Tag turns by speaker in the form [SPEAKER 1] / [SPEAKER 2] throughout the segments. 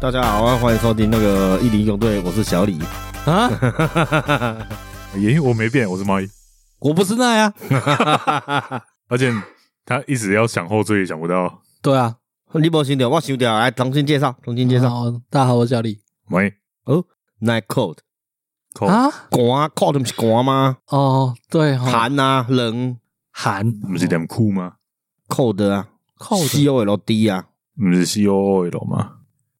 [SPEAKER 1] 大家好啊，欢迎收听那个一零一队，我是小李。
[SPEAKER 2] 啊，
[SPEAKER 3] 咦，我没变，我是猫一，
[SPEAKER 2] 我不是那呀。
[SPEAKER 3] 而且他一直要想后缀，也想不到。
[SPEAKER 2] 对啊，
[SPEAKER 1] 你没想到，我想到，来重新介绍，重新介绍。
[SPEAKER 2] 好，大家好，我是小李
[SPEAKER 3] 喂，
[SPEAKER 1] Night cold，
[SPEAKER 3] 哦
[SPEAKER 2] 啊。
[SPEAKER 1] 寒 cold 不是寒吗？
[SPEAKER 2] 哦，对哦，
[SPEAKER 1] 寒啊，冷
[SPEAKER 2] 寒
[SPEAKER 3] 不是点酷吗？
[SPEAKER 1] cold 啊
[SPEAKER 2] 扣
[SPEAKER 1] ，C
[SPEAKER 2] 的
[SPEAKER 1] O L D 啊
[SPEAKER 3] 不是 C O O L 吗？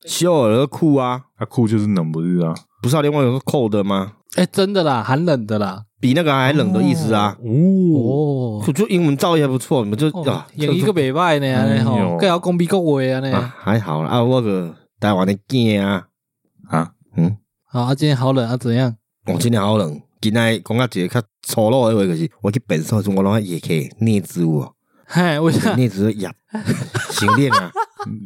[SPEAKER 1] ，C O L 酷啊，
[SPEAKER 3] 啊，酷就是冷，不是啊？
[SPEAKER 1] 不是啊，另外有个 cold 吗？
[SPEAKER 2] 哎，真的啦，寒冷的啦。
[SPEAKER 1] 比那个还冷的意思啊。
[SPEAKER 3] 哦，
[SPEAKER 1] 我
[SPEAKER 2] 哦，
[SPEAKER 1] 觉得英文造诣还不错，你们就
[SPEAKER 2] 哦
[SPEAKER 1] 啊，
[SPEAKER 2] 演一个北拜呢，
[SPEAKER 3] 哎
[SPEAKER 2] 安尼吼，
[SPEAKER 3] 呦
[SPEAKER 2] 更要讲比国话啊
[SPEAKER 1] 啊，
[SPEAKER 2] 呢。
[SPEAKER 1] 还好啦啊，我个台湾的囝啊，
[SPEAKER 3] 啊，
[SPEAKER 1] 嗯，
[SPEAKER 2] 好，啊，今天好冷啊，怎样？
[SPEAKER 1] 我今天好冷。今天讲到一个较粗鲁的话，就是我去本所的时候，我拢爱夜客捏哦住我。
[SPEAKER 2] 嗨，为啥？
[SPEAKER 1] 你只是压行练啊，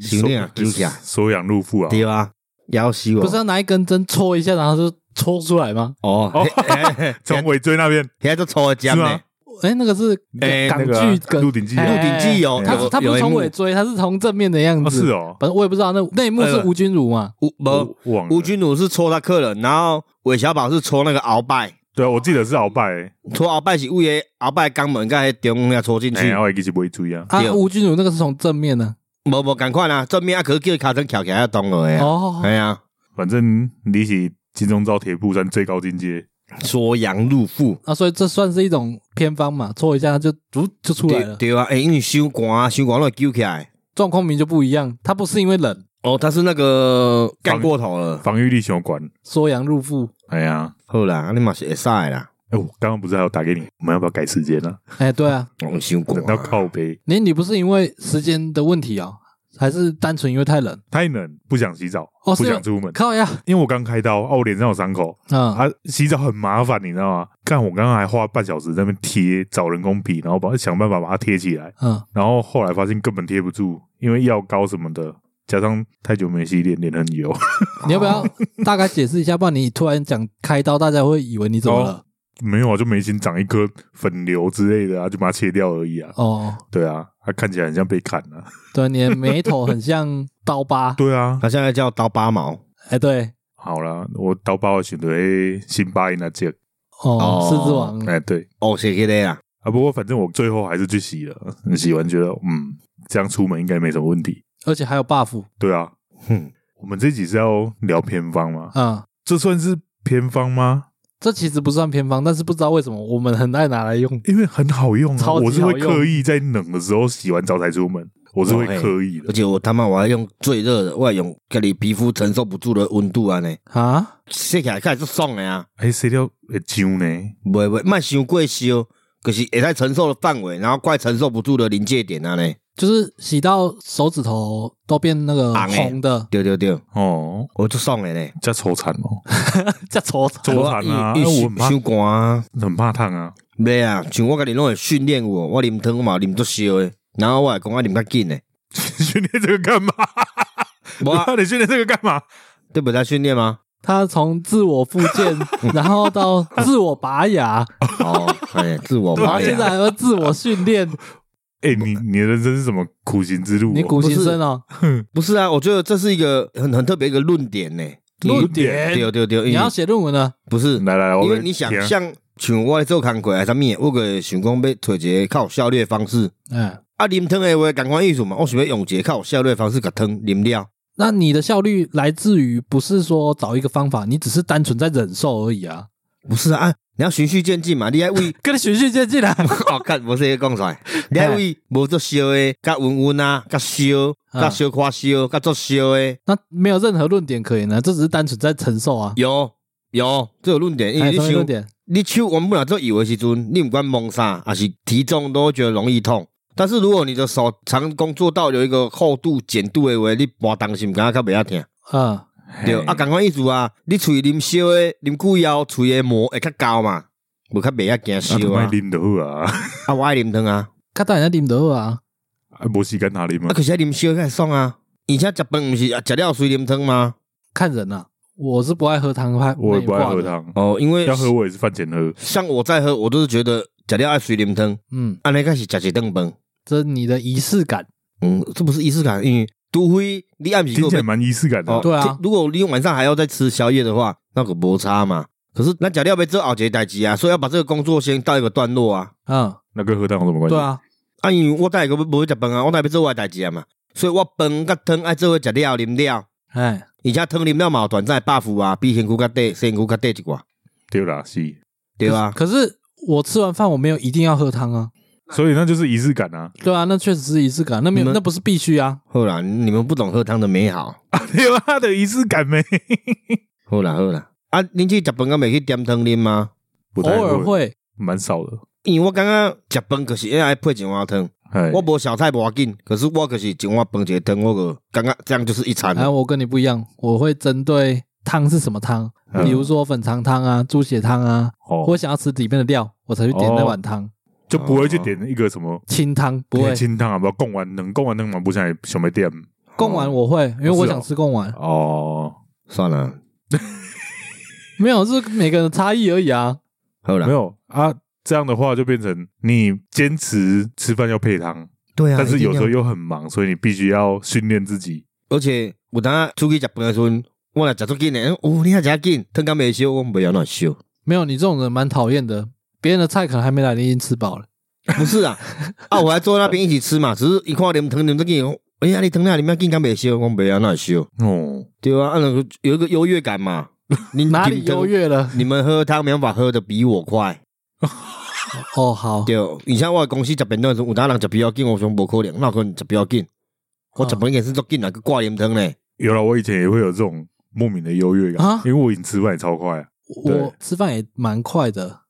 [SPEAKER 1] 行练啊，丢下
[SPEAKER 3] 收养入腹啊！
[SPEAKER 1] 对啊，腰死我
[SPEAKER 2] 不是要拿一根针戳一下，然后就戳出来吗？
[SPEAKER 1] 哦，
[SPEAKER 3] 哦
[SPEAKER 1] 嘿嘿嘿
[SPEAKER 3] 从尾椎那边，
[SPEAKER 1] 现在就抽了奖
[SPEAKER 3] 是
[SPEAKER 1] 呢
[SPEAKER 3] 吗，
[SPEAKER 2] 哎，那个是
[SPEAKER 3] 哎，
[SPEAKER 2] 港
[SPEAKER 3] 那个
[SPEAKER 2] 剧
[SPEAKER 3] 啊《
[SPEAKER 2] 梗
[SPEAKER 3] 鹿鼎记》
[SPEAKER 1] 《
[SPEAKER 2] 哎
[SPEAKER 1] 鹿
[SPEAKER 3] 啊
[SPEAKER 1] 鼎记》有，
[SPEAKER 3] 哎
[SPEAKER 2] 他
[SPEAKER 1] 有
[SPEAKER 2] 他不是从尾，追，他是从正面的样
[SPEAKER 3] 哦，
[SPEAKER 2] 子。
[SPEAKER 3] 是，哦，
[SPEAKER 2] 反正我也不知道那那一幕是吴君如嘛？
[SPEAKER 1] 有一幕
[SPEAKER 3] 我忘
[SPEAKER 1] 吴哦吴
[SPEAKER 3] 了。
[SPEAKER 1] 君如是戳他客人，然后韦小宝是戳那个鳌拜，
[SPEAKER 3] 对啊，我记得是鳌拜欸，
[SPEAKER 1] 戳鳌拜是为爷鳌拜肛门盖中要戳进去
[SPEAKER 3] 哎，，我也一直不会追啊。
[SPEAKER 2] 啊
[SPEAKER 1] 对，
[SPEAKER 2] 吴君如那个是从正面的。
[SPEAKER 1] 无无赶快啦，正面啊，可是叫卡成翘起来要动了呀，
[SPEAKER 2] 哦，
[SPEAKER 1] 哎呀，
[SPEAKER 3] 反正你是金钟罩铁布衫最高境界，
[SPEAKER 1] 缩阳入腹。
[SPEAKER 2] 啊，所以这算是一种偏方嘛，搓一下就就就出来
[SPEAKER 1] 对
[SPEAKER 2] 了。
[SPEAKER 1] 对啊，哎，因为伤寒，伤寒了揪起来。
[SPEAKER 2] 状况明就不一样，它不是因为冷
[SPEAKER 1] 哦，他是那个干过头了。
[SPEAKER 3] 防御力熊管。
[SPEAKER 2] 缩阳入腹，
[SPEAKER 3] 哎呀，
[SPEAKER 1] 好啦，你嘛是会使啦。
[SPEAKER 3] 哎，我刚刚不是还有打给你，我们要不要改时间呢？
[SPEAKER 2] 哎，对啊，
[SPEAKER 1] 我想过
[SPEAKER 3] 等到靠背
[SPEAKER 2] 你你不是因为时间的问题哦，还是单纯因为太冷？
[SPEAKER 3] 太冷，不想洗澡，
[SPEAKER 2] 哦是
[SPEAKER 3] 不想出门，
[SPEAKER 2] 靠呀，
[SPEAKER 3] 因为我刚开刀，哦，我脸上有伤口，
[SPEAKER 2] 啊、
[SPEAKER 3] 啊，洗澡很麻烦，你知道吗？干，我刚刚还花半小时在那边贴，找人工皮，然后把想办法把它贴起来，
[SPEAKER 2] 嗯，
[SPEAKER 3] 然后后来发现根本贴不住，因为药膏什么的，加上太久没洗脸，脸很油。
[SPEAKER 2] 你要不 要大概解释一下？不然你突然讲开刀，大家会以为你怎么了？
[SPEAKER 3] 没有啊，就眉心长一颗粉瘤之类的啊，就把它切掉而已啊。
[SPEAKER 2] 哦，
[SPEAKER 3] 对啊，它看起来很像被砍啊。，
[SPEAKER 2] 对，你的眉头很像刀疤
[SPEAKER 3] 对啊，
[SPEAKER 1] 他现在叫刀疤毛
[SPEAKER 2] 哎，对，
[SPEAKER 3] 好啦，我刀疤我选择诶辛巴因那这，
[SPEAKER 2] 哦
[SPEAKER 1] 哦，
[SPEAKER 2] 狮子王，
[SPEAKER 3] 哎对
[SPEAKER 1] 哦，是迄个啊，
[SPEAKER 3] 啊，不过反正我最后还是去洗了，洗完觉得嗯，这样出门应该没什么问题。
[SPEAKER 2] 而且还有 buff，
[SPEAKER 3] 对啊，
[SPEAKER 1] 哼，
[SPEAKER 3] 我们这集是要聊偏方吗？
[SPEAKER 2] 嗯，
[SPEAKER 3] 这算是偏方吗？
[SPEAKER 2] 这其实不算偏方，但是不知道为什么我们很爱拿来用。
[SPEAKER 3] 因为很好用啊，
[SPEAKER 2] 超级
[SPEAKER 3] 我是
[SPEAKER 2] 好
[SPEAKER 3] 会
[SPEAKER 2] 用
[SPEAKER 3] 刻意在冷的时候洗完澡才出门，我是会刻意
[SPEAKER 1] 而
[SPEAKER 3] 的。
[SPEAKER 1] 且我他妈我还用最热的，我还用家己皮肤承受不住的温度啊呢，
[SPEAKER 2] 啊，
[SPEAKER 1] 洗起来开始爽的啊，
[SPEAKER 3] 哎，谁料会揪呢？
[SPEAKER 1] 袂袂，莫伤过烧，就是会使承受的范围，然后快承受不住的临界点啊呢，
[SPEAKER 2] 就是洗到手指头都变那个
[SPEAKER 1] 红欸
[SPEAKER 2] 红的，
[SPEAKER 1] 对对对，
[SPEAKER 3] 哦，
[SPEAKER 1] 我就爽的呢，
[SPEAKER 3] 加抽惨哦，
[SPEAKER 2] 叫丑
[SPEAKER 3] 抽惨啊！哎我很怕
[SPEAKER 1] 伤寒啊，
[SPEAKER 3] 很怕烫啊，
[SPEAKER 1] 袂啊，像我家己拢会训练有无，我啉汤我嘛啉足烧的，然后我会讲我啉较紧的，
[SPEAKER 3] 训练这个干嘛？
[SPEAKER 1] 无啊，
[SPEAKER 3] 你训练这个干嘛？
[SPEAKER 1] 这不在训练 吗？
[SPEAKER 2] 他从自我复健，然后到自我拔牙，
[SPEAKER 1] 哦，哎，自我
[SPEAKER 2] 然后
[SPEAKER 1] 保
[SPEAKER 2] 啊现
[SPEAKER 1] 养
[SPEAKER 2] 在。还要自我训练。
[SPEAKER 3] 哎，你你的人生是什么苦行之路哦？
[SPEAKER 2] 你苦行僧哦，
[SPEAKER 1] 不是啊，我觉得这是一个很很特别一个论点呢。
[SPEAKER 2] 论
[SPEAKER 3] 点
[SPEAKER 1] 对对对，
[SPEAKER 2] 你
[SPEAKER 1] 因为
[SPEAKER 2] 要写论文了。
[SPEAKER 1] 不是？
[SPEAKER 3] 来来来，我
[SPEAKER 1] 因为
[SPEAKER 3] 们
[SPEAKER 1] 你想
[SPEAKER 3] 听啊
[SPEAKER 1] 像像我在做工课啊啥物的，我个想讲要找一个较有效率的方式。
[SPEAKER 2] 哎，
[SPEAKER 1] 啊，啉汤的话，共款意思嘛，我想要用一个较有效率的方式甲汤啉了。
[SPEAKER 2] 那你的效率来自于不是说找一个方法，你只是单纯在忍受而已啊。
[SPEAKER 1] 不是啊，啊你要循序渐进嘛，你爱 为
[SPEAKER 2] 跟你循序渐进啊。
[SPEAKER 1] 哦，看无说讲出来，你爱为无做烧的，甲温温啊，甲烧，甲烧夸烧，甲做烧的，
[SPEAKER 2] 那没有任何论点可言呢，这只是单纯在承受啊。
[SPEAKER 1] 有有，这有论点，因为
[SPEAKER 2] 哎，
[SPEAKER 1] 你
[SPEAKER 2] 什么
[SPEAKER 1] 想
[SPEAKER 2] 论。点？
[SPEAKER 1] 你手我们本来做以为时阵，你不管摸啥，还是体重都会觉得容易痛。但是如果你的手常工作到有一个厚度、减度的话，你拔当心，感觉较袂晓疼。
[SPEAKER 2] 嗯，
[SPEAKER 1] 对，啊，同款意思啊，你喙啉烧的，啉久以后，喙的膜会较厚嘛，无较袂晓惊
[SPEAKER 3] 啊就
[SPEAKER 1] 烧
[SPEAKER 3] 卖
[SPEAKER 1] 啊。
[SPEAKER 3] 拎的啊，
[SPEAKER 1] 啊，我爱啉汤啊，
[SPEAKER 2] 看到人家啉得啊，
[SPEAKER 3] 啊，没时间哪里吗
[SPEAKER 1] 啊，？可是爱啉烧较爽啊。而且食饭毋是啊，食了随啉汤吗？
[SPEAKER 2] 看人啊。我是不爱喝汤派，
[SPEAKER 3] 我也不爱
[SPEAKER 2] 那一挂
[SPEAKER 3] 喝
[SPEAKER 2] 的。
[SPEAKER 3] 汤，
[SPEAKER 1] 哦，因为
[SPEAKER 3] 要喝我也是饭前喝。
[SPEAKER 1] 像我在喝，我都是觉得食了爱随啉汤，啊
[SPEAKER 2] 嗯，
[SPEAKER 1] 安尼开始食一顿饭。
[SPEAKER 2] 这是你的仪式感。
[SPEAKER 1] 嗯，这不是仪式感，因为除非你暗时
[SPEAKER 3] 听
[SPEAKER 1] 够
[SPEAKER 3] 起来蛮仪式感的啊。
[SPEAKER 2] 对啊
[SPEAKER 1] 哦这如果你晚上还要再吃宵夜的话，那个摩擦嘛。可是那假料被这熬结代机啊，所以要把这个工作先到一个段落啊。
[SPEAKER 2] 嗯，
[SPEAKER 3] 那跟核弹有什么关系？
[SPEAKER 2] 对，啊，
[SPEAKER 1] 啊，因为我带个不会食饭啊，我带要做我的代志啊嘛，所以我饭甲汤爱做伙食了啉了，
[SPEAKER 2] 哎，
[SPEAKER 1] 而且汤啉了嘛有团在 buff 啊，比身躯较短，身躯较短一寡，
[SPEAKER 3] 对啦，是，
[SPEAKER 1] 对啊，
[SPEAKER 2] 可是我吃完饭我没有一定要喝汤啊，
[SPEAKER 3] 所以那就是仪式感 啊。
[SPEAKER 2] 对啊，那确实是仪式感，那没
[SPEAKER 1] 你
[SPEAKER 2] 有
[SPEAKER 1] 们
[SPEAKER 2] 那不是必须啊，
[SPEAKER 1] 好啦，你们不懂喝汤的美好，
[SPEAKER 3] 对妈的仪式感没？
[SPEAKER 1] 好啦好啦，啊，恁去食饭敢袂去点汤啉吗？
[SPEAKER 3] 不
[SPEAKER 2] 偶
[SPEAKER 3] 太
[SPEAKER 2] 尔，会，
[SPEAKER 3] 蛮少的。
[SPEAKER 1] 因为我感觉食饭就是应该配一碗汤，
[SPEAKER 3] 哎，
[SPEAKER 1] 我无小菜无要紧，可是我就是一碗饭一个汤，我就感觉这样就是一
[SPEAKER 3] 啊
[SPEAKER 1] 餐了。
[SPEAKER 2] 哎，我跟你不一样，我会针对汤是什么汤，
[SPEAKER 3] 嗯
[SPEAKER 2] 比如说粉肠汤啊、猪血汤啊，我
[SPEAKER 3] 哦，
[SPEAKER 2] 想要吃里面的料，我才去点那碗汤，
[SPEAKER 3] 就不会去点一个什么
[SPEAKER 2] 清汤不会，
[SPEAKER 3] 清汤啊，不贡丸能贡丸能嘛，不像小卖店
[SPEAKER 2] 贡丸我会，因为我
[SPEAKER 3] 是哦
[SPEAKER 2] 想吃贡丸，
[SPEAKER 3] 哦。
[SPEAKER 1] 算了，
[SPEAKER 2] 没有，是每个人的差异而已啊，
[SPEAKER 1] 好啦
[SPEAKER 3] 没，有啊，这样的话就变成你坚持吃饭要配汤，
[SPEAKER 1] 对啊，
[SPEAKER 3] 但是
[SPEAKER 1] 一定
[SPEAKER 3] 有时候
[SPEAKER 1] 要
[SPEAKER 3] 又很忙，所以你必须要训练自己。
[SPEAKER 1] 而且有当出去食饭的时阵，我若食足紧的，哦，你遐食紧，汤敢袂烧，我袂晓乱烧。
[SPEAKER 2] 没有，你这种人蛮讨厌的，别人的菜可能还没来，你已经吃饱了，
[SPEAKER 1] 不是啊，啊，我还坐在那边一起吃嘛， 只是一看啉汤啉足紧，哦哎呀，你汤那里面紧敢袂烧，我袂晓乱烧，
[SPEAKER 3] 哦，
[SPEAKER 1] 对啊，啊，那个有一个优越感 嘛。你
[SPEAKER 2] 哪里优？越了？
[SPEAKER 1] 你们喝汤没办法喝的比我快，
[SPEAKER 2] 哦，好，
[SPEAKER 1] 对。以前我的公司食便当的时候，有当人食比较紧，我想无可能，那可能食比较紧。
[SPEAKER 3] 哦
[SPEAKER 1] 我食
[SPEAKER 2] 嗯
[SPEAKER 1] 饭也是足紧啊，去挂啉汤呢。
[SPEAKER 3] 有了，我以前也会有这种莫名的优越感，
[SPEAKER 2] 啊
[SPEAKER 3] 因为我以前吃饭也超快啊，
[SPEAKER 2] 我
[SPEAKER 3] 对
[SPEAKER 2] 吃饭也蛮快的，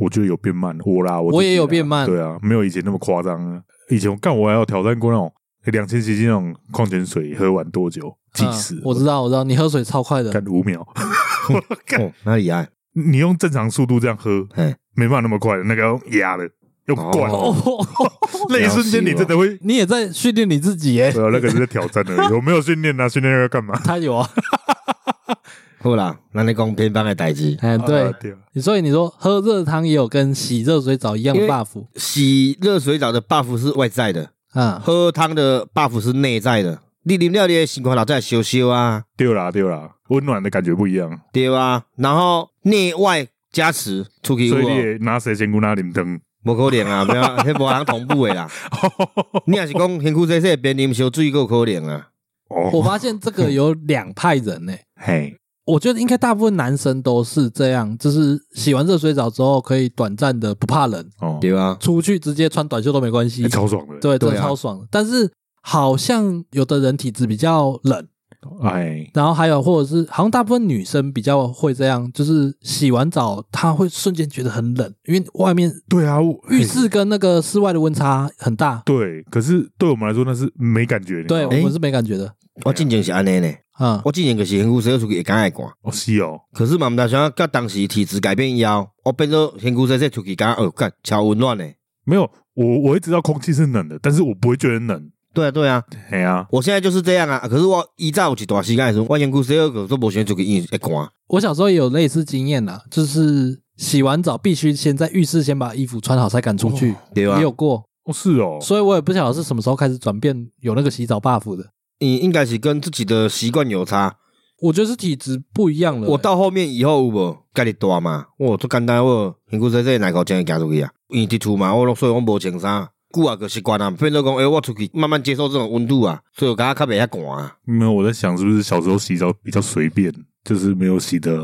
[SPEAKER 3] 我觉得有变慢，我啦，我
[SPEAKER 2] 我
[SPEAKER 3] 自己
[SPEAKER 2] 也有
[SPEAKER 3] 啦
[SPEAKER 2] 变慢
[SPEAKER 3] 对啊，没有以前那么夸张啊。以前我干我还有挑战过那种两千 cc 那种矿泉水，喝完多久计时
[SPEAKER 2] 嗯？我知道，我知道，你喝水超快的，
[SPEAKER 3] 干五秒，我干
[SPEAKER 1] 哦，哪里啊？
[SPEAKER 3] 你用正常速度这样喝，
[SPEAKER 1] 嘿，
[SPEAKER 3] 没办法那么快，那个要用压的，用灌，
[SPEAKER 1] 哦
[SPEAKER 2] 哦，
[SPEAKER 3] 那一瞬间你真的会，
[SPEAKER 2] 你也在训练你自己耶？
[SPEAKER 3] 对啊，那个是在挑战而已，我没有训练啊，训练要干嘛？
[SPEAKER 2] 他有 啊，
[SPEAKER 1] 好啦，咱来讲偏方的代志。
[SPEAKER 2] 哎，
[SPEAKER 3] 啊
[SPEAKER 2] 对，
[SPEAKER 3] 对啊，
[SPEAKER 2] 所以你说喝热汤也有跟洗热水澡一样的
[SPEAKER 1] 因
[SPEAKER 3] 嗯
[SPEAKER 1] 为
[SPEAKER 2] buff
[SPEAKER 1] 洗热水澡的 buff 是外在的，
[SPEAKER 3] 哦
[SPEAKER 2] 啊，
[SPEAKER 1] 喝汤的 buff 是内在的。你啉了你的心肝脑在烧烧啊，
[SPEAKER 3] 对啦，对啦，温暖的感觉不一样，
[SPEAKER 1] 对吧？然后内外加持出去有
[SPEAKER 3] 所以
[SPEAKER 1] 无
[SPEAKER 3] 你也拿谁先姑拿林 灯，
[SPEAKER 1] 无可能啊，不要， 迄无通同步的啦。你若是讲身躯洗洗边啉烧水，够可能啊。
[SPEAKER 2] 我
[SPEAKER 3] 哦，
[SPEAKER 2] 发现这个有两派人呢。
[SPEAKER 3] 嘿，
[SPEAKER 2] 我觉得应该大部分男生都是这样，就是洗完热水澡之后可以短暂的不怕冷，
[SPEAKER 3] 哦，
[SPEAKER 1] 对吧？
[SPEAKER 2] 出去直接穿短袖都没关系
[SPEAKER 3] 欸，超爽的，
[SPEAKER 2] 对，真
[SPEAKER 1] 对啊
[SPEAKER 2] 的超爽的。但是好像有的人体质比较冷，
[SPEAKER 3] 哎，
[SPEAKER 2] 然后还有或者是好像大部分女生比较会这样，就是洗完澡她会瞬间觉得很冷，因为外面
[SPEAKER 3] 对啊，我
[SPEAKER 2] 浴。
[SPEAKER 3] 嘿
[SPEAKER 2] 室跟那个室外的温差很大。
[SPEAKER 3] 对，可是对我们来说那是没感觉。你知
[SPEAKER 2] 对，
[SPEAKER 3] 道
[SPEAKER 2] 我
[SPEAKER 3] 吗
[SPEAKER 2] 们是没感觉的
[SPEAKER 1] 我进前是安尼呢，
[SPEAKER 2] 啊。
[SPEAKER 1] 我进前就是身躯洗出去会敢爱寒，
[SPEAKER 3] 哦是哦，
[SPEAKER 1] 可是嘛，毋知啥，甲当时体质改变以后，我变做身躯洗洗出去敢哦，干超温暖的。
[SPEAKER 3] 没有，我我会知道空气是冷的，但是我不会觉得冷。
[SPEAKER 1] 对啊，对啊，
[SPEAKER 3] 哎呀，
[SPEAKER 1] 我现在就是这样啊。可是我以前有一段时间的时候，我身躯洗好个都无想出去，因为会寒。
[SPEAKER 2] 我小时候也有类似经验啦，就是洗完澡必须先在浴室先把衣服穿好才敢出去，
[SPEAKER 1] 对啊吧
[SPEAKER 2] 也有过，
[SPEAKER 3] 哦是哦，
[SPEAKER 2] 所以我也不晓得是什么时候开始转变有那个洗澡 buff 的。
[SPEAKER 1] 你应该是跟自己的习惯有差。
[SPEAKER 2] 我觉得是体质不一样了、
[SPEAKER 1] 我到后面以后有无，家己大嘛，我做简单我身躯洗洗，内裤真会行出去啊。因为伫厝嘛，我拢所以我无穿衫，久啊个习惯啊，变做讲，诶、我出去慢慢接受这种温度啊，所以我感觉较袂遐寒啊，
[SPEAKER 3] 没有我在想是不是小时候洗澡比较随便，就是没有洗的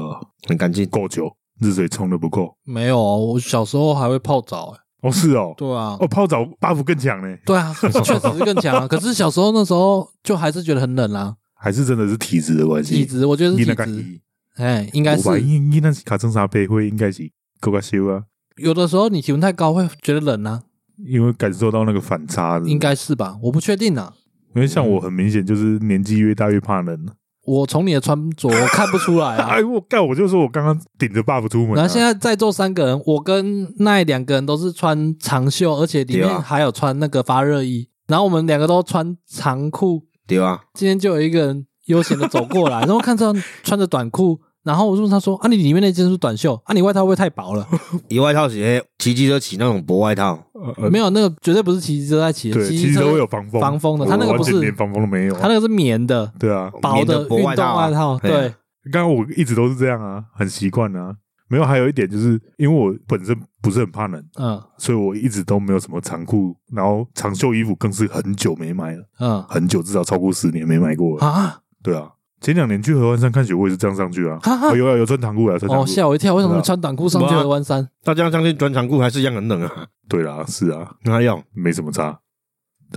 [SPEAKER 1] 很干净。
[SPEAKER 3] 够久，热水冲的不够。
[SPEAKER 2] 没有哦，我小时候还会泡澡、欸，
[SPEAKER 3] 哦是哦，
[SPEAKER 2] 对啊，
[SPEAKER 3] 哦泡澡 buff 更强呢，
[SPEAKER 2] 对 啊，确实是更强啊。可是小时候那时候就还是觉得很冷啦、
[SPEAKER 3] 还是真的是体质的关系。
[SPEAKER 2] 体质我觉得是
[SPEAKER 3] 你
[SPEAKER 2] 体
[SPEAKER 3] 那个
[SPEAKER 2] 质，哎，应该
[SPEAKER 3] 我把
[SPEAKER 2] 是
[SPEAKER 3] 应应那是卡成啥杯会应该是够个修啊，
[SPEAKER 2] 有的时候你体温太高会觉得冷啊，
[SPEAKER 3] 因为感受到那个反差的。
[SPEAKER 2] 应该是吧？我不确定啊，
[SPEAKER 3] 因为像我很明显就是年纪越大越怕冷。
[SPEAKER 2] 我从你的穿着我看不出来啊
[SPEAKER 3] 哎。我干，我就说我刚刚顶着 buff 出门啊。
[SPEAKER 2] 然后现在在座三个人，我跟那两个人都是穿长袖，而且里
[SPEAKER 1] 对啊
[SPEAKER 2] 面还有穿那个发热衣。然后我们两个都穿长裤，
[SPEAKER 1] 对啊，
[SPEAKER 2] 今天就有一个人悠闲的走过来，然后看到穿着短裤，然后我就问他说：“啊，你里面那件是不是短袖，啊，你外套会不会太薄了？
[SPEAKER 1] 伊外套是迄骑机车骑那种薄外套，
[SPEAKER 3] 呃
[SPEAKER 2] 没有，那个绝对不是骑机车在骑的，
[SPEAKER 3] 对，
[SPEAKER 2] 骑
[SPEAKER 3] 其
[SPEAKER 2] 机
[SPEAKER 3] 实
[SPEAKER 2] 车
[SPEAKER 3] 都会有防风，
[SPEAKER 2] 防风的
[SPEAKER 3] 我
[SPEAKER 2] 他那个
[SPEAKER 3] 完
[SPEAKER 2] 不
[SPEAKER 3] 全
[SPEAKER 2] 是
[SPEAKER 3] 连防风都没有啊。
[SPEAKER 2] 它那个是棉的，
[SPEAKER 3] 对啊，
[SPEAKER 2] 薄
[SPEAKER 1] 棉
[SPEAKER 2] 的
[SPEAKER 1] 的薄
[SPEAKER 2] 运
[SPEAKER 1] 外
[SPEAKER 2] 动
[SPEAKER 1] 套啊
[SPEAKER 2] 外套，
[SPEAKER 1] 嘿
[SPEAKER 2] 对，
[SPEAKER 3] 刚刚我一直都是这样啊，很习惯啊。没有，还有一点就是因为我本身不是很怕冷，
[SPEAKER 2] 嗯
[SPEAKER 3] 所以我一直都没有什么长裤，然后长袖衣服更是很久没买了，
[SPEAKER 2] 嗯
[SPEAKER 3] 很久至少超过十年没买过了。
[SPEAKER 2] 啊
[SPEAKER 3] 对啊，前两年去合欢山看雪，我也是这样上去啊。
[SPEAKER 2] 哈哈
[SPEAKER 3] 哦有啊有穿长裤啊，穿长
[SPEAKER 2] 哦，
[SPEAKER 3] 裤。
[SPEAKER 2] 吓我一跳，为什么你穿短裤上去
[SPEAKER 1] 没有啊
[SPEAKER 2] 的弯山？
[SPEAKER 1] 大家相信短长裤还是一样很冷啊，
[SPEAKER 3] 对啦，是啊，
[SPEAKER 1] 哪有？
[SPEAKER 3] 没什么差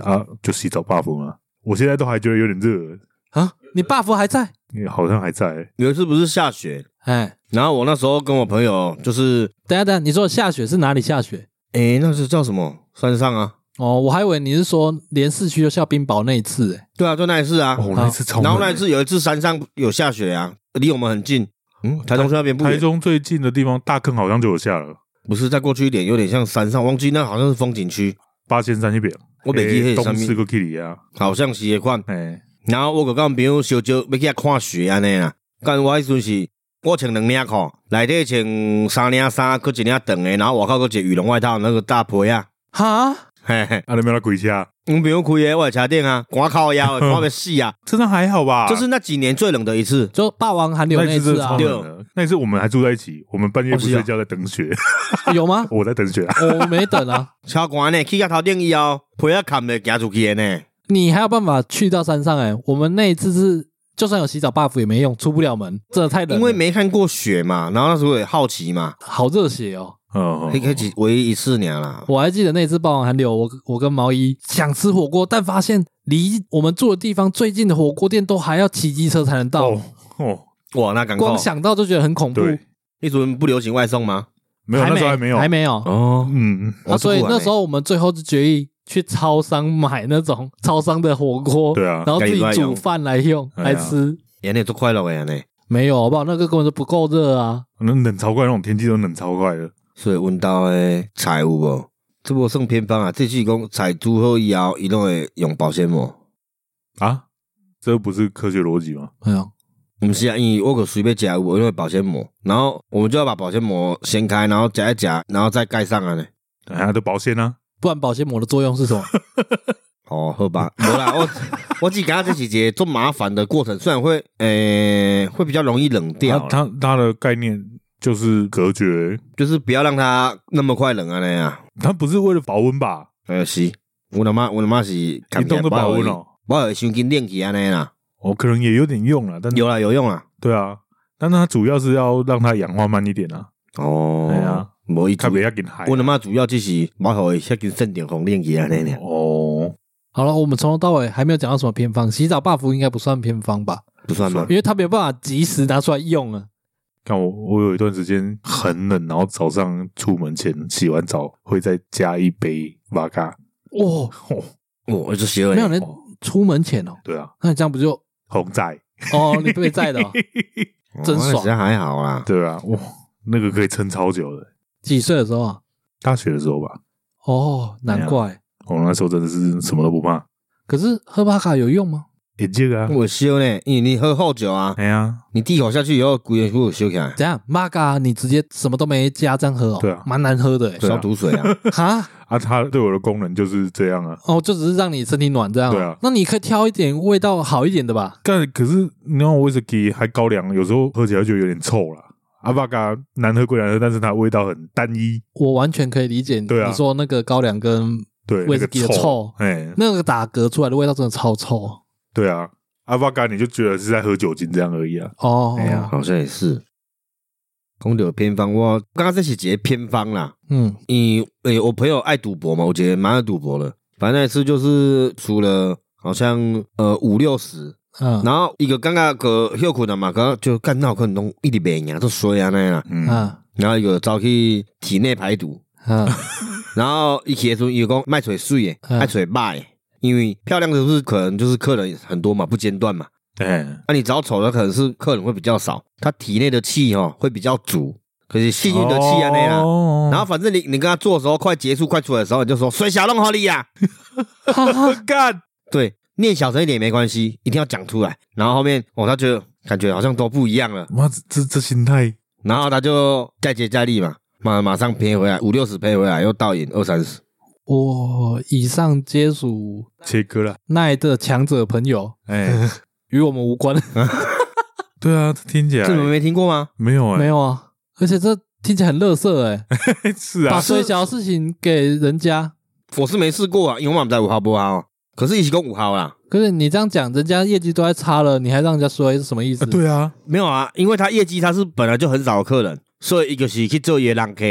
[SPEAKER 3] 啊，就洗澡罢风啊。我现在都还觉得有点热，
[SPEAKER 2] 啊，你 buff 还在？
[SPEAKER 3] 因为好像还在、欸。
[SPEAKER 1] 有一次不是下雪，
[SPEAKER 2] 哎，
[SPEAKER 1] 然后我那时候跟我朋友就是，
[SPEAKER 2] 等一下等一下，你说的下雪是哪里下雪？
[SPEAKER 1] 诶，那是叫什么山上啊？
[SPEAKER 2] 哦，我还以为你是说连市区就下冰雹那一次，哎，
[SPEAKER 1] 对啊，就那一次啊。
[SPEAKER 3] 哦，那一次超
[SPEAKER 1] 然后
[SPEAKER 3] 冷
[SPEAKER 1] 那一次有一次山上有下雪啊，离我们很近，嗯，台中去那边不
[SPEAKER 3] 哦台
[SPEAKER 1] 远，
[SPEAKER 3] 中最近的地方大坑好像就有下了，
[SPEAKER 1] 不是再过去一点，有点像山上，忘记那好像是风景区，
[SPEAKER 3] 八仙山那边，
[SPEAKER 1] 我北记
[SPEAKER 3] 欸
[SPEAKER 1] 迄个
[SPEAKER 3] 东
[SPEAKER 1] 上
[SPEAKER 3] 四
[SPEAKER 1] 面
[SPEAKER 3] 个 k i t 啊，
[SPEAKER 1] 好像是迄款。
[SPEAKER 3] 哎、
[SPEAKER 1] 然后我就跟我朋友烧酒要去遐看雪啊安尼啦，干我迄阵是。我穿两领裤，内底穿三领衫，搁一领长的，然后外口搁一个羽绒外套，那个大皮啊，
[SPEAKER 2] 哈，
[SPEAKER 1] 嘿嘿，
[SPEAKER 3] 啊，你们来鬼家，
[SPEAKER 1] 阮朋友开的我的车顶啊，赶靠腰 的，赶要死啊！
[SPEAKER 3] 真的还好吧？
[SPEAKER 1] 就是那几年最冷的一次，
[SPEAKER 2] 就霸王寒流
[SPEAKER 3] 那
[SPEAKER 2] 那一
[SPEAKER 3] 次真
[SPEAKER 2] 次
[SPEAKER 3] 的
[SPEAKER 2] 啊
[SPEAKER 3] 超，冷的，那一次我们还住在一起，我们半夜
[SPEAKER 1] 哦
[SPEAKER 3] 不
[SPEAKER 1] 是啊
[SPEAKER 3] 睡觉在等雪，
[SPEAKER 2] 有吗？
[SPEAKER 3] 我在等雪啊，
[SPEAKER 2] 我没等啊，
[SPEAKER 1] 超寒呢，去到头顶以后，皮啊砍袂行出去的呢。
[SPEAKER 2] 你还有办法去到山上？哎，我们那一次是就算有洗澡 buff 也没用，出不了门，真的太冷了，
[SPEAKER 1] 因为没看过雪嘛，然后那时候也好奇嘛，
[SPEAKER 2] 好热血哦。
[SPEAKER 3] 嗯，
[SPEAKER 1] 迄迄是唯一一次尔啦。
[SPEAKER 2] 我还记得那次霸王寒流，我我跟毛衣想吃火锅，但发现离我们住的地方最近的火锅店都还要骑机车才能到，
[SPEAKER 3] 哦哦，
[SPEAKER 1] 哇，那刚好
[SPEAKER 2] 光，想到就觉得很恐怖。
[SPEAKER 3] 对，
[SPEAKER 1] 那时候不流行外送吗？
[SPEAKER 3] 没有，那时候还没有，
[SPEAKER 2] 还没有。
[SPEAKER 1] 哦，
[SPEAKER 3] 嗯，
[SPEAKER 2] 啊，所以那时
[SPEAKER 1] 候
[SPEAKER 2] 候我们最后就决议去超商买那种 超商的火锅，
[SPEAKER 3] 对啊
[SPEAKER 2] 然后自己煮饭来用
[SPEAKER 3] 哎
[SPEAKER 2] 来
[SPEAKER 3] 呀
[SPEAKER 2] 吃。
[SPEAKER 1] 也那做快乐的呢，
[SPEAKER 2] 没有，好不好？那个根本就不够热啊！
[SPEAKER 3] 那冷超快，那种天气都冷超快的，
[SPEAKER 1] 所以阮兜的菜有无？这无算偏方啊，这是讲菜煮好以后，伊拢会用保鲜膜。
[SPEAKER 3] 啊，这不是科学逻辑吗？
[SPEAKER 2] 哎呦，
[SPEAKER 1] 不是啊，因为我可随便夹，我因为保鲜膜，然后我们就要把保鲜膜掀开，然后夹一夹，然后再盖上啊呢。
[SPEAKER 3] 哎呀，都保鲜啊，
[SPEAKER 2] 不然保鲜膜的作用是什 么？
[SPEAKER 1] 哦，好吧，无啦，我我只感觉这是一个做麻烦的过程，虽然会诶、会比较容易冷掉
[SPEAKER 3] 它
[SPEAKER 1] 啦，
[SPEAKER 3] 它它的概念就是隔绝，
[SPEAKER 1] 就是不要让它那么快冷啊那样。
[SPEAKER 3] 它不是为了保温吧？
[SPEAKER 1] 呃是，我的妈，我的妈是
[SPEAKER 3] 你动都保温哦，
[SPEAKER 1] 我有先跟练起安尼啊啦，
[SPEAKER 3] 哦，可能也有点用啊啦，但
[SPEAKER 1] 有啦有用啦。
[SPEAKER 3] 对啊，但它主要是要让它氧化慢一点啊，
[SPEAKER 1] 哦
[SPEAKER 3] 哎呀，
[SPEAKER 1] 无伊
[SPEAKER 3] 它
[SPEAKER 1] 特
[SPEAKER 3] 不
[SPEAKER 1] 别。
[SPEAKER 3] 要给海
[SPEAKER 1] 我的啊妈主要就是马头会先跟正点红练起安尼俩，
[SPEAKER 3] 哦，
[SPEAKER 2] 好了，我们从头到尾还没有讲到什么偏方，洗澡 buff 应该不算偏方吧？
[SPEAKER 1] 不算吗？
[SPEAKER 2] 因为它没有办法及时拿出来用啊。
[SPEAKER 3] 看我，我有一段时间很冷，然后早上出门前洗完澡会再加一杯瓦嘎。
[SPEAKER 2] 哦，
[SPEAKER 3] 哦，
[SPEAKER 1] 我就学
[SPEAKER 2] 没
[SPEAKER 1] 了。
[SPEAKER 2] 有人出门前哦，
[SPEAKER 3] 对啊，
[SPEAKER 2] 那你这样不就
[SPEAKER 3] 红仔，
[SPEAKER 2] 哦你被载的 哦、真
[SPEAKER 1] 哦那
[SPEAKER 2] 爽
[SPEAKER 1] 实在还好啦。
[SPEAKER 3] 对啊，哇，那个可以撑超久的。
[SPEAKER 2] 几岁的时候啊？
[SPEAKER 3] 大学的时候吧，
[SPEAKER 2] 哦，难怪。
[SPEAKER 3] 我那时候真的是什么都不怕，
[SPEAKER 2] 可是喝巴卡有用吗？
[SPEAKER 3] 眼镜啊，
[SPEAKER 1] 我修呢，因为你喝好酒啊，
[SPEAKER 3] 哎呀，
[SPEAKER 1] 你第一口下去以后，骨也有修起来，
[SPEAKER 2] 怎样玛嘎，你直接什么都没加这样喝哦，
[SPEAKER 3] 对啊
[SPEAKER 2] 蛮难喝的
[SPEAKER 3] 对
[SPEAKER 2] 欸
[SPEAKER 1] 消毒水啊。
[SPEAKER 2] 哈，
[SPEAKER 3] 啊，它对我的功能就是这样啊。
[SPEAKER 2] 哦，就只是让你身体暖这样哦，
[SPEAKER 3] 对啊
[SPEAKER 2] 那你可以挑一点味道好一点的吧，
[SPEAKER 3] 但可是你看威士忌还高粱，有时候喝起来就有点臭了。阿巴嘎难喝归难喝，但是它味道很单一，
[SPEAKER 2] 我完全可以理解你
[SPEAKER 3] 对啊嗯
[SPEAKER 2] 你说那个高粱跟
[SPEAKER 3] 对，
[SPEAKER 2] 威士
[SPEAKER 3] 那个
[SPEAKER 2] 忌的臭
[SPEAKER 3] 哎，
[SPEAKER 2] 那个打嗝出来的味道真的超臭
[SPEAKER 3] 对啊，阿巴嘎你就觉得是在喝酒精这样而已啊。
[SPEAKER 2] 哦，
[SPEAKER 3] 哎呀
[SPEAKER 1] 好像也是。讲到偏方，我刚刚这是一个偏方啦，
[SPEAKER 2] 嗯
[SPEAKER 1] 你诶、我朋友爱赌博嘛，我觉得蛮爱赌博的。反正那一次就是输了，好像呃五六十，
[SPEAKER 2] 嗯
[SPEAKER 1] 然后一个尴尬个休困了嘛，刚刚就干闹可能拢一直袂赢，都衰啊那样啦。
[SPEAKER 3] 嗯，
[SPEAKER 2] 嗯
[SPEAKER 1] 然后一个走去体内排毒，
[SPEAKER 2] 嗯
[SPEAKER 1] 然后一起的时候伊讲卖水水诶，
[SPEAKER 2] 嗯
[SPEAKER 1] 爱水歹的，因为漂亮的不是可能就是客人很多嘛，不间断嘛。
[SPEAKER 3] 哎，
[SPEAKER 1] 那、你找丑的可能是客人会比较少，他体内的气哦会比较足，可是幸运的气啊那样啦。
[SPEAKER 3] 哦
[SPEAKER 1] 然后反正你你跟他做的时候，快结束快出来的时候，你就说水小弄好你啊呀、
[SPEAKER 2] 哈哈，
[SPEAKER 3] 干，
[SPEAKER 1] 对，念小声一点也没关系，一定要讲出来。然后后面哦，他觉得感觉好像都不一样了。
[SPEAKER 3] 妈，这这这心态，
[SPEAKER 1] 然后他就再接再厉嘛，马马上赔回来五六十赔回来，又倒赢二三十。
[SPEAKER 2] 我以上皆属
[SPEAKER 3] 切割了，
[SPEAKER 2] 奈的强者朋友，
[SPEAKER 3] 哎，
[SPEAKER 2] 与我们无关。
[SPEAKER 3] 对啊，这听起来
[SPEAKER 1] 这你们没听过吗？
[SPEAKER 3] 没有哎、
[SPEAKER 2] 没有啊，而且这听起来很乐 色哎，
[SPEAKER 3] 是啊
[SPEAKER 2] 把，最小的事情给人家。
[SPEAKER 1] 我是没试过啊，因为我们不在五号波号，可是一起攻五号啦。
[SPEAKER 2] 可是你这样讲，人家业绩都在差了，你还让人家衰是什么意思？
[SPEAKER 3] 啊对啊，
[SPEAKER 1] 没有呃啊，因为他业绩他是本来就很少的客人，所以伊就是去做伊的人客，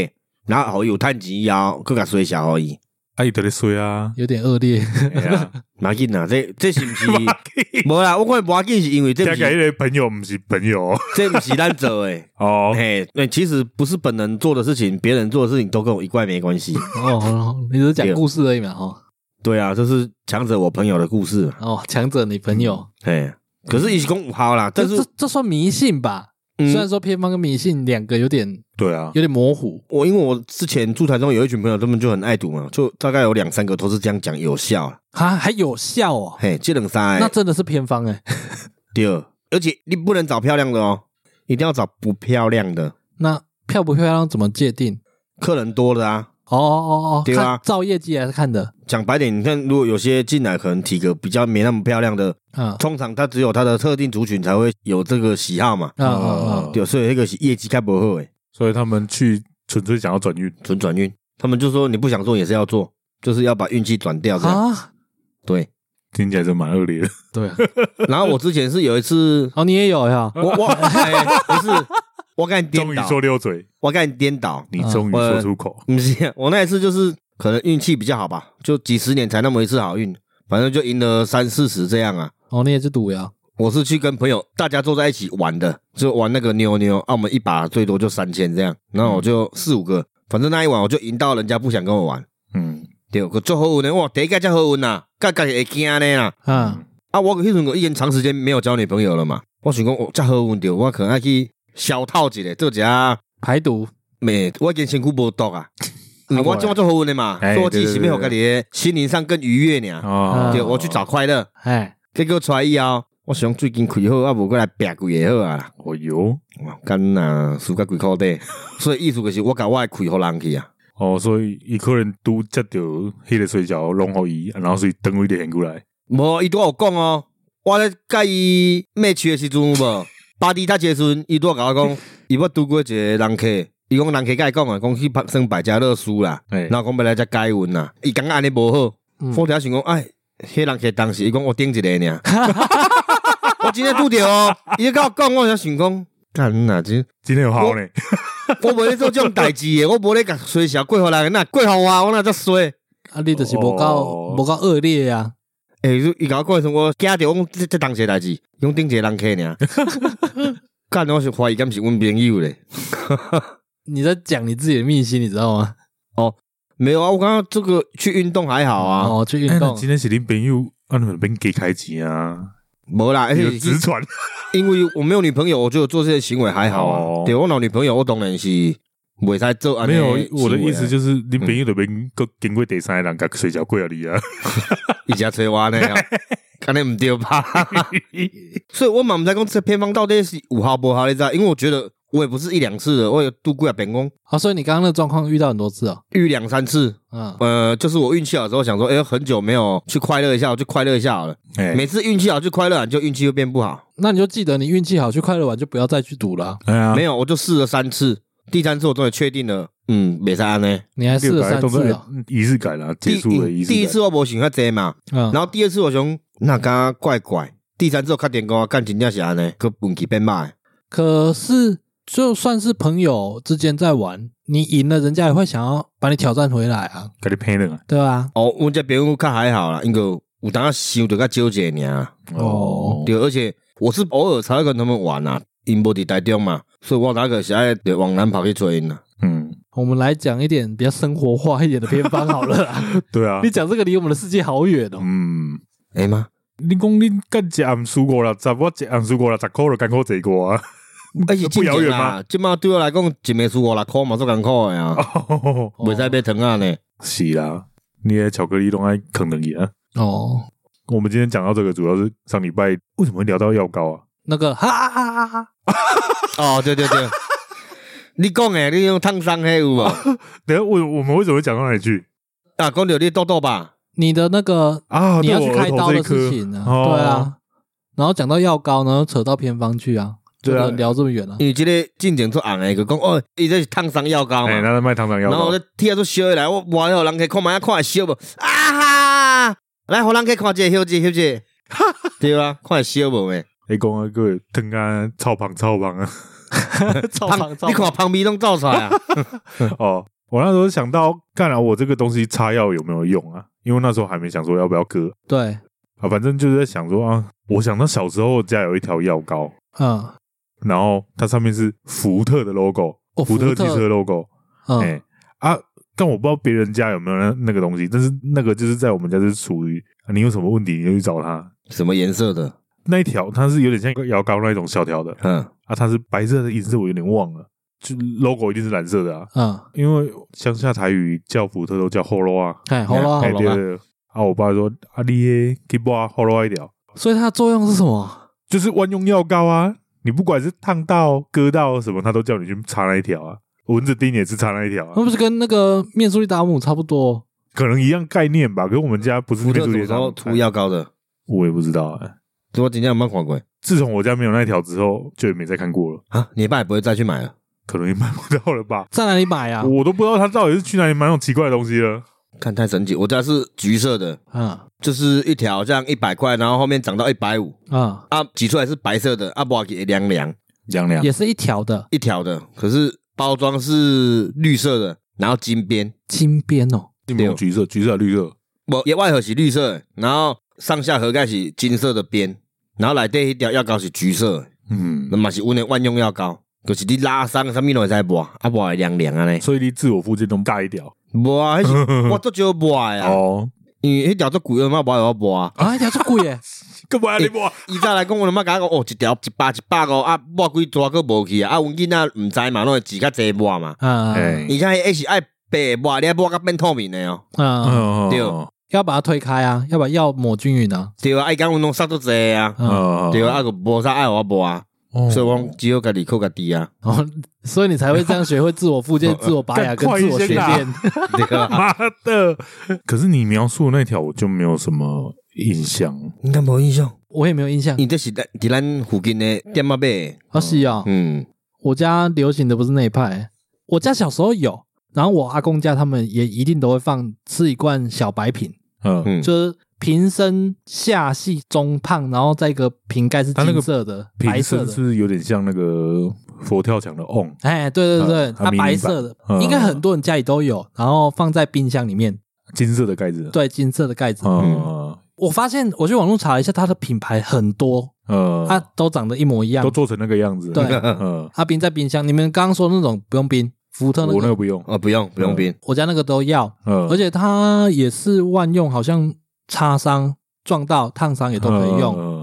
[SPEAKER 1] 然后好有趁钱然后佮甲衰小而已。
[SPEAKER 3] 阿姨在咧 衰啊，
[SPEAKER 2] 有点恶劣。
[SPEAKER 3] 哎呀，
[SPEAKER 1] 马紧啊，这这是毋是？
[SPEAKER 3] 听
[SPEAKER 1] 无啦，我看无要紧是因为 这不
[SPEAKER 3] 起来
[SPEAKER 1] 是
[SPEAKER 3] 那个朋友不是朋友哦
[SPEAKER 1] 这不是咱做诶。
[SPEAKER 3] 哦，
[SPEAKER 1] 嘿，那哎其实不是本人做的事情，别人做的事情都跟我一贯没关系。
[SPEAKER 2] 哦，你只是讲故事而已嘛，哦
[SPEAKER 1] 对啊，这是强者我朋友的故事嘛。
[SPEAKER 2] 哦，强者你朋友，
[SPEAKER 1] 嘿，可是伊是讲有效啦，嗯但
[SPEAKER 2] 这
[SPEAKER 1] 是
[SPEAKER 2] 这这算迷信吧？
[SPEAKER 1] 嗯
[SPEAKER 2] 虽然说偏方跟迷信两个有点
[SPEAKER 3] 对啊，
[SPEAKER 2] 有点模糊，
[SPEAKER 1] 我因为我之前住台中有一群朋友，他们就很爱赌嘛，就大概有两三个都是这样讲有效啊。
[SPEAKER 2] 哈，还有效哦，
[SPEAKER 1] 嘿，这两三
[SPEAKER 2] 那
[SPEAKER 1] 个
[SPEAKER 2] 真的是偏方哎。
[SPEAKER 1] 对，而且你不能找漂亮的哦，一定要找不漂亮的，
[SPEAKER 2] 那漂不漂亮怎么界定？
[SPEAKER 1] 客人多的啊。
[SPEAKER 2] 哦哦哦哦，
[SPEAKER 1] 对啊
[SPEAKER 2] 看照业绩来看的，
[SPEAKER 1] 讲白点，你看，如果有些进来可能体格比较没那么漂亮的，
[SPEAKER 2] 嗯嗯
[SPEAKER 1] 通常他只有他的特定族群才会有这个喜好嘛。
[SPEAKER 2] 嗯嗯，
[SPEAKER 1] 对，所以那个是业绩开不好诶，
[SPEAKER 3] 所以他们去纯粹想要转运，
[SPEAKER 1] 纯转运。他们就说你不想做也是要做，就是要把运气转掉这样。
[SPEAKER 2] 啊，
[SPEAKER 1] 对。
[SPEAKER 3] 听起来真蛮恶劣的。
[SPEAKER 2] 对啊，
[SPEAKER 1] 然后我之前是有一次，
[SPEAKER 2] 哦，你也有呀，
[SPEAKER 1] 我我、 哎不是，我跟你
[SPEAKER 3] 终
[SPEAKER 1] 颠
[SPEAKER 3] 于
[SPEAKER 1] 倒，
[SPEAKER 3] 说溜嘴，
[SPEAKER 1] 我跟你颠倒，
[SPEAKER 3] 你终于说出口，
[SPEAKER 1] 不是，我那一次就是可能运气比较好吧，就几十年才那么一次好运，反正就赢了三四十这样啊。
[SPEAKER 2] 哦，你也是赌呀，
[SPEAKER 1] 我是去跟朋友大家坐在一起玩的，就玩那个妞妞，啊，我们一把最多就三千这样，然后我就四五个，反正那一晚我就赢到人家不想跟我玩。
[SPEAKER 3] 嗯，
[SPEAKER 1] 对，可做好运的哇，第一个才好运呐，个个会惊呢啦。
[SPEAKER 2] 嗯，
[SPEAKER 1] 啊，我迄阵我已经长时间没有交女朋友了嘛，我想讲哦，才好运着，我可能要去小套一下，做一下
[SPEAKER 2] 排毒，
[SPEAKER 1] 没，我已经身躯无毒 啊。嗯我做我做好运的嘛，
[SPEAKER 3] 哎
[SPEAKER 1] 所以我自己是要互家己的心灵上更愉悦呢。
[SPEAKER 3] 哦，
[SPEAKER 1] 对，我去找快乐，
[SPEAKER 2] 哎，
[SPEAKER 1] 结果出来以后，我想最近开好，啊无过来拼几个好啊。
[SPEAKER 3] 哦哟，
[SPEAKER 1] 哇，干呐，输个几块底， 所以意思就是我甲我的开互人去啊。
[SPEAKER 3] 哦，所以一个人都接到迄个水饺弄好伊，然后所以等我一点过来，
[SPEAKER 1] 无，伊拄有讲哦，我咧甲伊 match 的时阵有无， 巴蒂他时阵，伊拄有甲我讲，伊要拄过一个人客，伊讲人客甲伊讲啊，讲去拍算百家乐输啦，
[SPEAKER 3] 哎
[SPEAKER 1] 然，后讲要来遮解运啦，伊感觉安尼无好，
[SPEAKER 2] 嗯
[SPEAKER 1] 我条想讲，哎，迄人客当时伊讲我顶一个 尔，我真天拄着哦，伊咧甲我讲，我才想讲，干呐，真。
[SPEAKER 3] 今天有好呢，
[SPEAKER 1] 我无咧做这种代志诶，我无咧甲衰小过互人，那过互我，我那则衰。
[SPEAKER 2] 啊，你就是无够
[SPEAKER 3] 哦
[SPEAKER 2] 无够恶劣啊呀，
[SPEAKER 1] 诶、欸，伊甲我讲诶时阵，我惊着我讲这这当些代志，用顶一个人客尔。 干，我是怀疑敢是阮朋友咧。
[SPEAKER 2] 你在讲你自己的秘辛，你知道吗？
[SPEAKER 1] 没有啊，我刚刚这个去运动还好啊，
[SPEAKER 2] 哦，去
[SPEAKER 3] 哎
[SPEAKER 2] 运
[SPEAKER 3] 那
[SPEAKER 2] 动，
[SPEAKER 3] 今天是恁朋友，啊，你们免给开钱啊，
[SPEAKER 1] 无、啦，而
[SPEAKER 3] 有
[SPEAKER 1] 且
[SPEAKER 3] 直传，
[SPEAKER 1] 因为我没有女朋友，我觉得做这些行为还好啊。
[SPEAKER 3] 哦
[SPEAKER 1] 对我有女朋友，我当然是袂使做安尼
[SPEAKER 3] 没有
[SPEAKER 1] 行为啊。，
[SPEAKER 3] 我的意思就是恁朋友那边个经过第三个人甲水饺过啊你啊，
[SPEAKER 1] 伊家找我 呢、哦，安尼毋对吧？ 所以我嘛毋知讲这偏方到底是有效无效，你知道？因为我觉得我也不是一两次了，我有度过啊，变讲
[SPEAKER 2] 啊，所以你刚刚那个状况遇到很多次哦，
[SPEAKER 1] 遇两三次。
[SPEAKER 2] 嗯，
[SPEAKER 1] 呃，就是我运气好的时候想说，哎、很久没有去快乐一下，我就快乐一下好了。
[SPEAKER 3] 哎
[SPEAKER 1] 每次运气好就快乐，就运气又变不好。
[SPEAKER 2] 那你就记得你运气好去快乐玩，就不要再去赌了啊，
[SPEAKER 3] 哎呀
[SPEAKER 1] 没有，我就试了三次，第三次我终于确定了，嗯，没安呢。
[SPEAKER 2] 你还试了三次哦，
[SPEAKER 3] 仪式感啦，
[SPEAKER 1] 第
[SPEAKER 3] 结束了仪
[SPEAKER 1] 一
[SPEAKER 3] 式感。
[SPEAKER 1] 第一次我无想遐济嘛，
[SPEAKER 2] 嗯，
[SPEAKER 1] 然后第二次我想那刚刚怪怪，第三次我确定讲干真正是安尼，个运气变歹。
[SPEAKER 2] 可是就算是朋友之间在玩，你赢了，人家也会想要把你挑战回来啊，
[SPEAKER 3] 给你骗了啊，
[SPEAKER 2] 对吧？
[SPEAKER 1] 哦，阮这朋友较还好啦，因为有当时想着较少一个尔，
[SPEAKER 2] 哦
[SPEAKER 1] 对，而且我是偶尔才会跟他们玩啊，因无伫台中嘛，所以我那个是爱就往南跑去追因啦。啊
[SPEAKER 3] 嗯，
[SPEAKER 2] 我们来讲一点比较生活化一点的偏方好了啦。
[SPEAKER 3] 对啊
[SPEAKER 2] 你，讲这个离我们的世界好远哦。
[SPEAKER 3] 嗯，
[SPEAKER 1] 哎、妈，
[SPEAKER 3] 你讲你干一暗输过啦，十我一暗输过啦，十块就艰苦这个啊，
[SPEAKER 1] 而且
[SPEAKER 3] 不遥远吗？？
[SPEAKER 1] 即嘛对我来讲，一暝输五六箍嘛，足艰苦诶啊，
[SPEAKER 3] 哦，
[SPEAKER 1] 袂使买糖啊呢。
[SPEAKER 3] 是啦，你的巧克力都爱啃两啊。
[SPEAKER 2] 哦，
[SPEAKER 3] 我们今天讲到这个，主要是上礼拜为什么会聊到药膏啊？
[SPEAKER 2] 那个哈哈哈哈哈哈，
[SPEAKER 1] 哦，对对对， 你讲诶，你用烫伤迄有无？啊，
[SPEAKER 3] 等一下我我们为什么会讲到哪里去
[SPEAKER 1] 讲着你痘痘吧，
[SPEAKER 2] 你的那个
[SPEAKER 3] 啊？
[SPEAKER 2] 你
[SPEAKER 3] 对
[SPEAKER 2] 要
[SPEAKER 3] 我
[SPEAKER 2] 去
[SPEAKER 3] 额
[SPEAKER 2] 开
[SPEAKER 3] 头
[SPEAKER 2] 刀
[SPEAKER 3] 这一
[SPEAKER 2] 的事
[SPEAKER 3] 颗
[SPEAKER 2] 情啊，
[SPEAKER 3] 哦
[SPEAKER 2] 对啊。然后讲到药膏，然后扯到偏方去啊，
[SPEAKER 3] 对啊
[SPEAKER 2] 就聊这么远了、啊。
[SPEAKER 1] 因为即个进前出红诶，就讲哦，伊这是烫伤药膏
[SPEAKER 3] 哎，
[SPEAKER 1] 嘛，
[SPEAKER 3] 那是卖糖糖药
[SPEAKER 1] 然后
[SPEAKER 3] 膏
[SPEAKER 1] 我，就贴出烧来，我抹互人客看卖看会烧无？啊哈！来，互人客看者，翕者，翕者，对啊，看会烧无诶？
[SPEAKER 3] 哎，讲啊，各位疼啊，超胖超胖啊！
[SPEAKER 2] 超
[SPEAKER 1] 旁你看旁边拢照出来啊，
[SPEAKER 3] 哦，我那时候想到，干了我这个东西擦药有没有用啊？因为那时候还没想说要不要割
[SPEAKER 2] 对，
[SPEAKER 3] 啊，反正就是在想说啊，我想到小时候家有一条药膏，
[SPEAKER 2] 嗯，
[SPEAKER 3] 然后它上面是福特的 logo，、
[SPEAKER 2] 哦
[SPEAKER 3] 福
[SPEAKER 2] 福
[SPEAKER 3] 特
[SPEAKER 2] 特
[SPEAKER 3] 汽车 logo，
[SPEAKER 2] 嗯，
[SPEAKER 3] 哎、啊，但我不知道别人家有没有那那个东西，但是那个就是在我们家就是属于、啊你有什么问题你就去找他。
[SPEAKER 1] 什么颜色的？
[SPEAKER 3] 那一条它是有点像一个摇膏那一种小条的
[SPEAKER 1] 嗯，
[SPEAKER 3] 啊，它是白色的颜色，我有点忘了，就 logo 一定是蓝色的啊，
[SPEAKER 2] 嗯，
[SPEAKER 3] 因为乡下台语叫福特都叫 h o l o 啊，
[SPEAKER 2] 哎，好了
[SPEAKER 1] 哎
[SPEAKER 3] 哎、，
[SPEAKER 1] Holo
[SPEAKER 3] 对对对啊，我爸说啊，你耶去拔 h o l o 一条，
[SPEAKER 2] 所以它的作用是什么？
[SPEAKER 3] 就是万用药膏啊，你不管是烫到、割到什么，他都叫你去擦那一条啊，蚊子叮也是擦那一条啊
[SPEAKER 2] 那，不是跟那个面苏利达姆差不多？
[SPEAKER 3] 可能一样概念吧，可是我们家不是
[SPEAKER 1] 福特什
[SPEAKER 3] 面珠
[SPEAKER 1] 么
[SPEAKER 3] 脸
[SPEAKER 1] 时
[SPEAKER 3] 上
[SPEAKER 1] 候涂药膏的？
[SPEAKER 3] 哎我也不知道哎、
[SPEAKER 1] 我真正毋捌看过
[SPEAKER 3] 自从我家没有那条之后，就也没再看过了，
[SPEAKER 1] 啊，你爸也不会再去买了。
[SPEAKER 3] 可能也买不到了吧。
[SPEAKER 2] 在哪里买啊？
[SPEAKER 3] 我都不知道他到底是去哪里买那种奇怪的东西了。
[SPEAKER 1] 看太神奇，我家是橘色的，
[SPEAKER 2] 嗯
[SPEAKER 1] 就是一条这样一百块，然后后面涨到一百五
[SPEAKER 2] 嗯，
[SPEAKER 1] 啊，挤出来是白色的啊，不给凉凉
[SPEAKER 3] 凉凉
[SPEAKER 2] 也是一条的
[SPEAKER 1] 一条的，可是包装是绿色的，然后金边，
[SPEAKER 2] 金边哦，
[SPEAKER 3] 没有橘色，橘色还是绿色，
[SPEAKER 1] 我也外盒是绿色的，然后上下盒盖是金色的边，然后内底迄条药膏是橘色的，
[SPEAKER 3] 嗯
[SPEAKER 1] 那，嘛是阮的万用药膏，就是你拉伤啥物拢会使抹，啊抹会凉凉安尼，
[SPEAKER 3] 所以离自我附近都大一条。
[SPEAKER 1] 抹啊迄是我足少抹的啊，
[SPEAKER 3] 哦，
[SPEAKER 1] 因为迄条足贵的嘛，抹我抹啊。
[SPEAKER 2] 啊，一条是贵耶，
[SPEAKER 3] 干嘛你摸？
[SPEAKER 1] 以前来讲，阮妈甲我讲，哦，一条一百一百五啊，抹几抓个无去啊，啊，阮囡仔毋知嘛，拢会自较济抹嘛。
[SPEAKER 2] 嗯
[SPEAKER 3] 哎
[SPEAKER 1] 而，且迄是爱白抹，你爱抹甲变透明的哦。
[SPEAKER 2] 嗯，
[SPEAKER 3] 嗯
[SPEAKER 1] 对
[SPEAKER 3] 嗯
[SPEAKER 2] 要把它推开啊，要把药抹均匀啊，
[SPEAKER 1] 对啊，爱讲阮拢杀足济啊，
[SPEAKER 2] 嗯，
[SPEAKER 3] 嗯
[SPEAKER 1] 对啊，啊个无啥爱我抹啊，
[SPEAKER 3] 哦
[SPEAKER 1] 所以讲只有家己靠家己 啊，
[SPEAKER 2] 然后哦所以你才会这样学会自我复 健、自我拔牙跟
[SPEAKER 3] 哦快
[SPEAKER 2] 自
[SPEAKER 3] 一些
[SPEAKER 2] 我学
[SPEAKER 3] 啦
[SPEAKER 2] 练。
[SPEAKER 1] 对 啊，
[SPEAKER 3] 妈的！可是你描述的那条，我就没有什么印象。
[SPEAKER 1] 应该无印象。
[SPEAKER 2] 我也没有印
[SPEAKER 3] 嗯
[SPEAKER 2] 象，
[SPEAKER 1] 因这是咱伫咱附近的店仔买的，
[SPEAKER 2] 啊是啊，
[SPEAKER 1] 嗯，
[SPEAKER 2] 我家流行的不是那一派，我家小时候有，然后我阿公家他们也一定都会放吃一罐小白瓶，
[SPEAKER 3] 嗯，
[SPEAKER 1] 嗯
[SPEAKER 2] 就是瓶身下细中胖，然后再一个瓶盖是
[SPEAKER 3] 它那
[SPEAKER 2] 金
[SPEAKER 3] 个
[SPEAKER 2] 色的、白
[SPEAKER 3] 瓶
[SPEAKER 2] 色
[SPEAKER 3] 身
[SPEAKER 2] 的。
[SPEAKER 3] 是有点像那个佛跳墙的 on，
[SPEAKER 2] 哎，对对对，
[SPEAKER 3] 嗯
[SPEAKER 2] 它
[SPEAKER 3] 它迷你版
[SPEAKER 2] 白色的，
[SPEAKER 3] 嗯
[SPEAKER 2] 应该很多人家里都有，然后放在冰箱里面，
[SPEAKER 3] 金色的盖子。
[SPEAKER 2] 对，金色的盖子。
[SPEAKER 3] 嗯
[SPEAKER 2] 我发现我去网络查了一下，它的品牌很多，
[SPEAKER 3] 呃，
[SPEAKER 2] 它都长得一模一样
[SPEAKER 3] 都。做成那个样子。
[SPEAKER 2] 嗯啊对
[SPEAKER 3] 嗯，
[SPEAKER 2] 它冰在冰箱，你们刚刚说那种不用冰，福特
[SPEAKER 3] 我
[SPEAKER 2] 那
[SPEAKER 3] 那
[SPEAKER 2] 个，
[SPEAKER 3] 个不用。
[SPEAKER 1] 哦，不用不用冰，
[SPEAKER 2] 我家那个都要，
[SPEAKER 3] 嗯，
[SPEAKER 2] 而且它也是万用，好像擦伤、撞到、烫伤也都可以用。
[SPEAKER 3] 嗯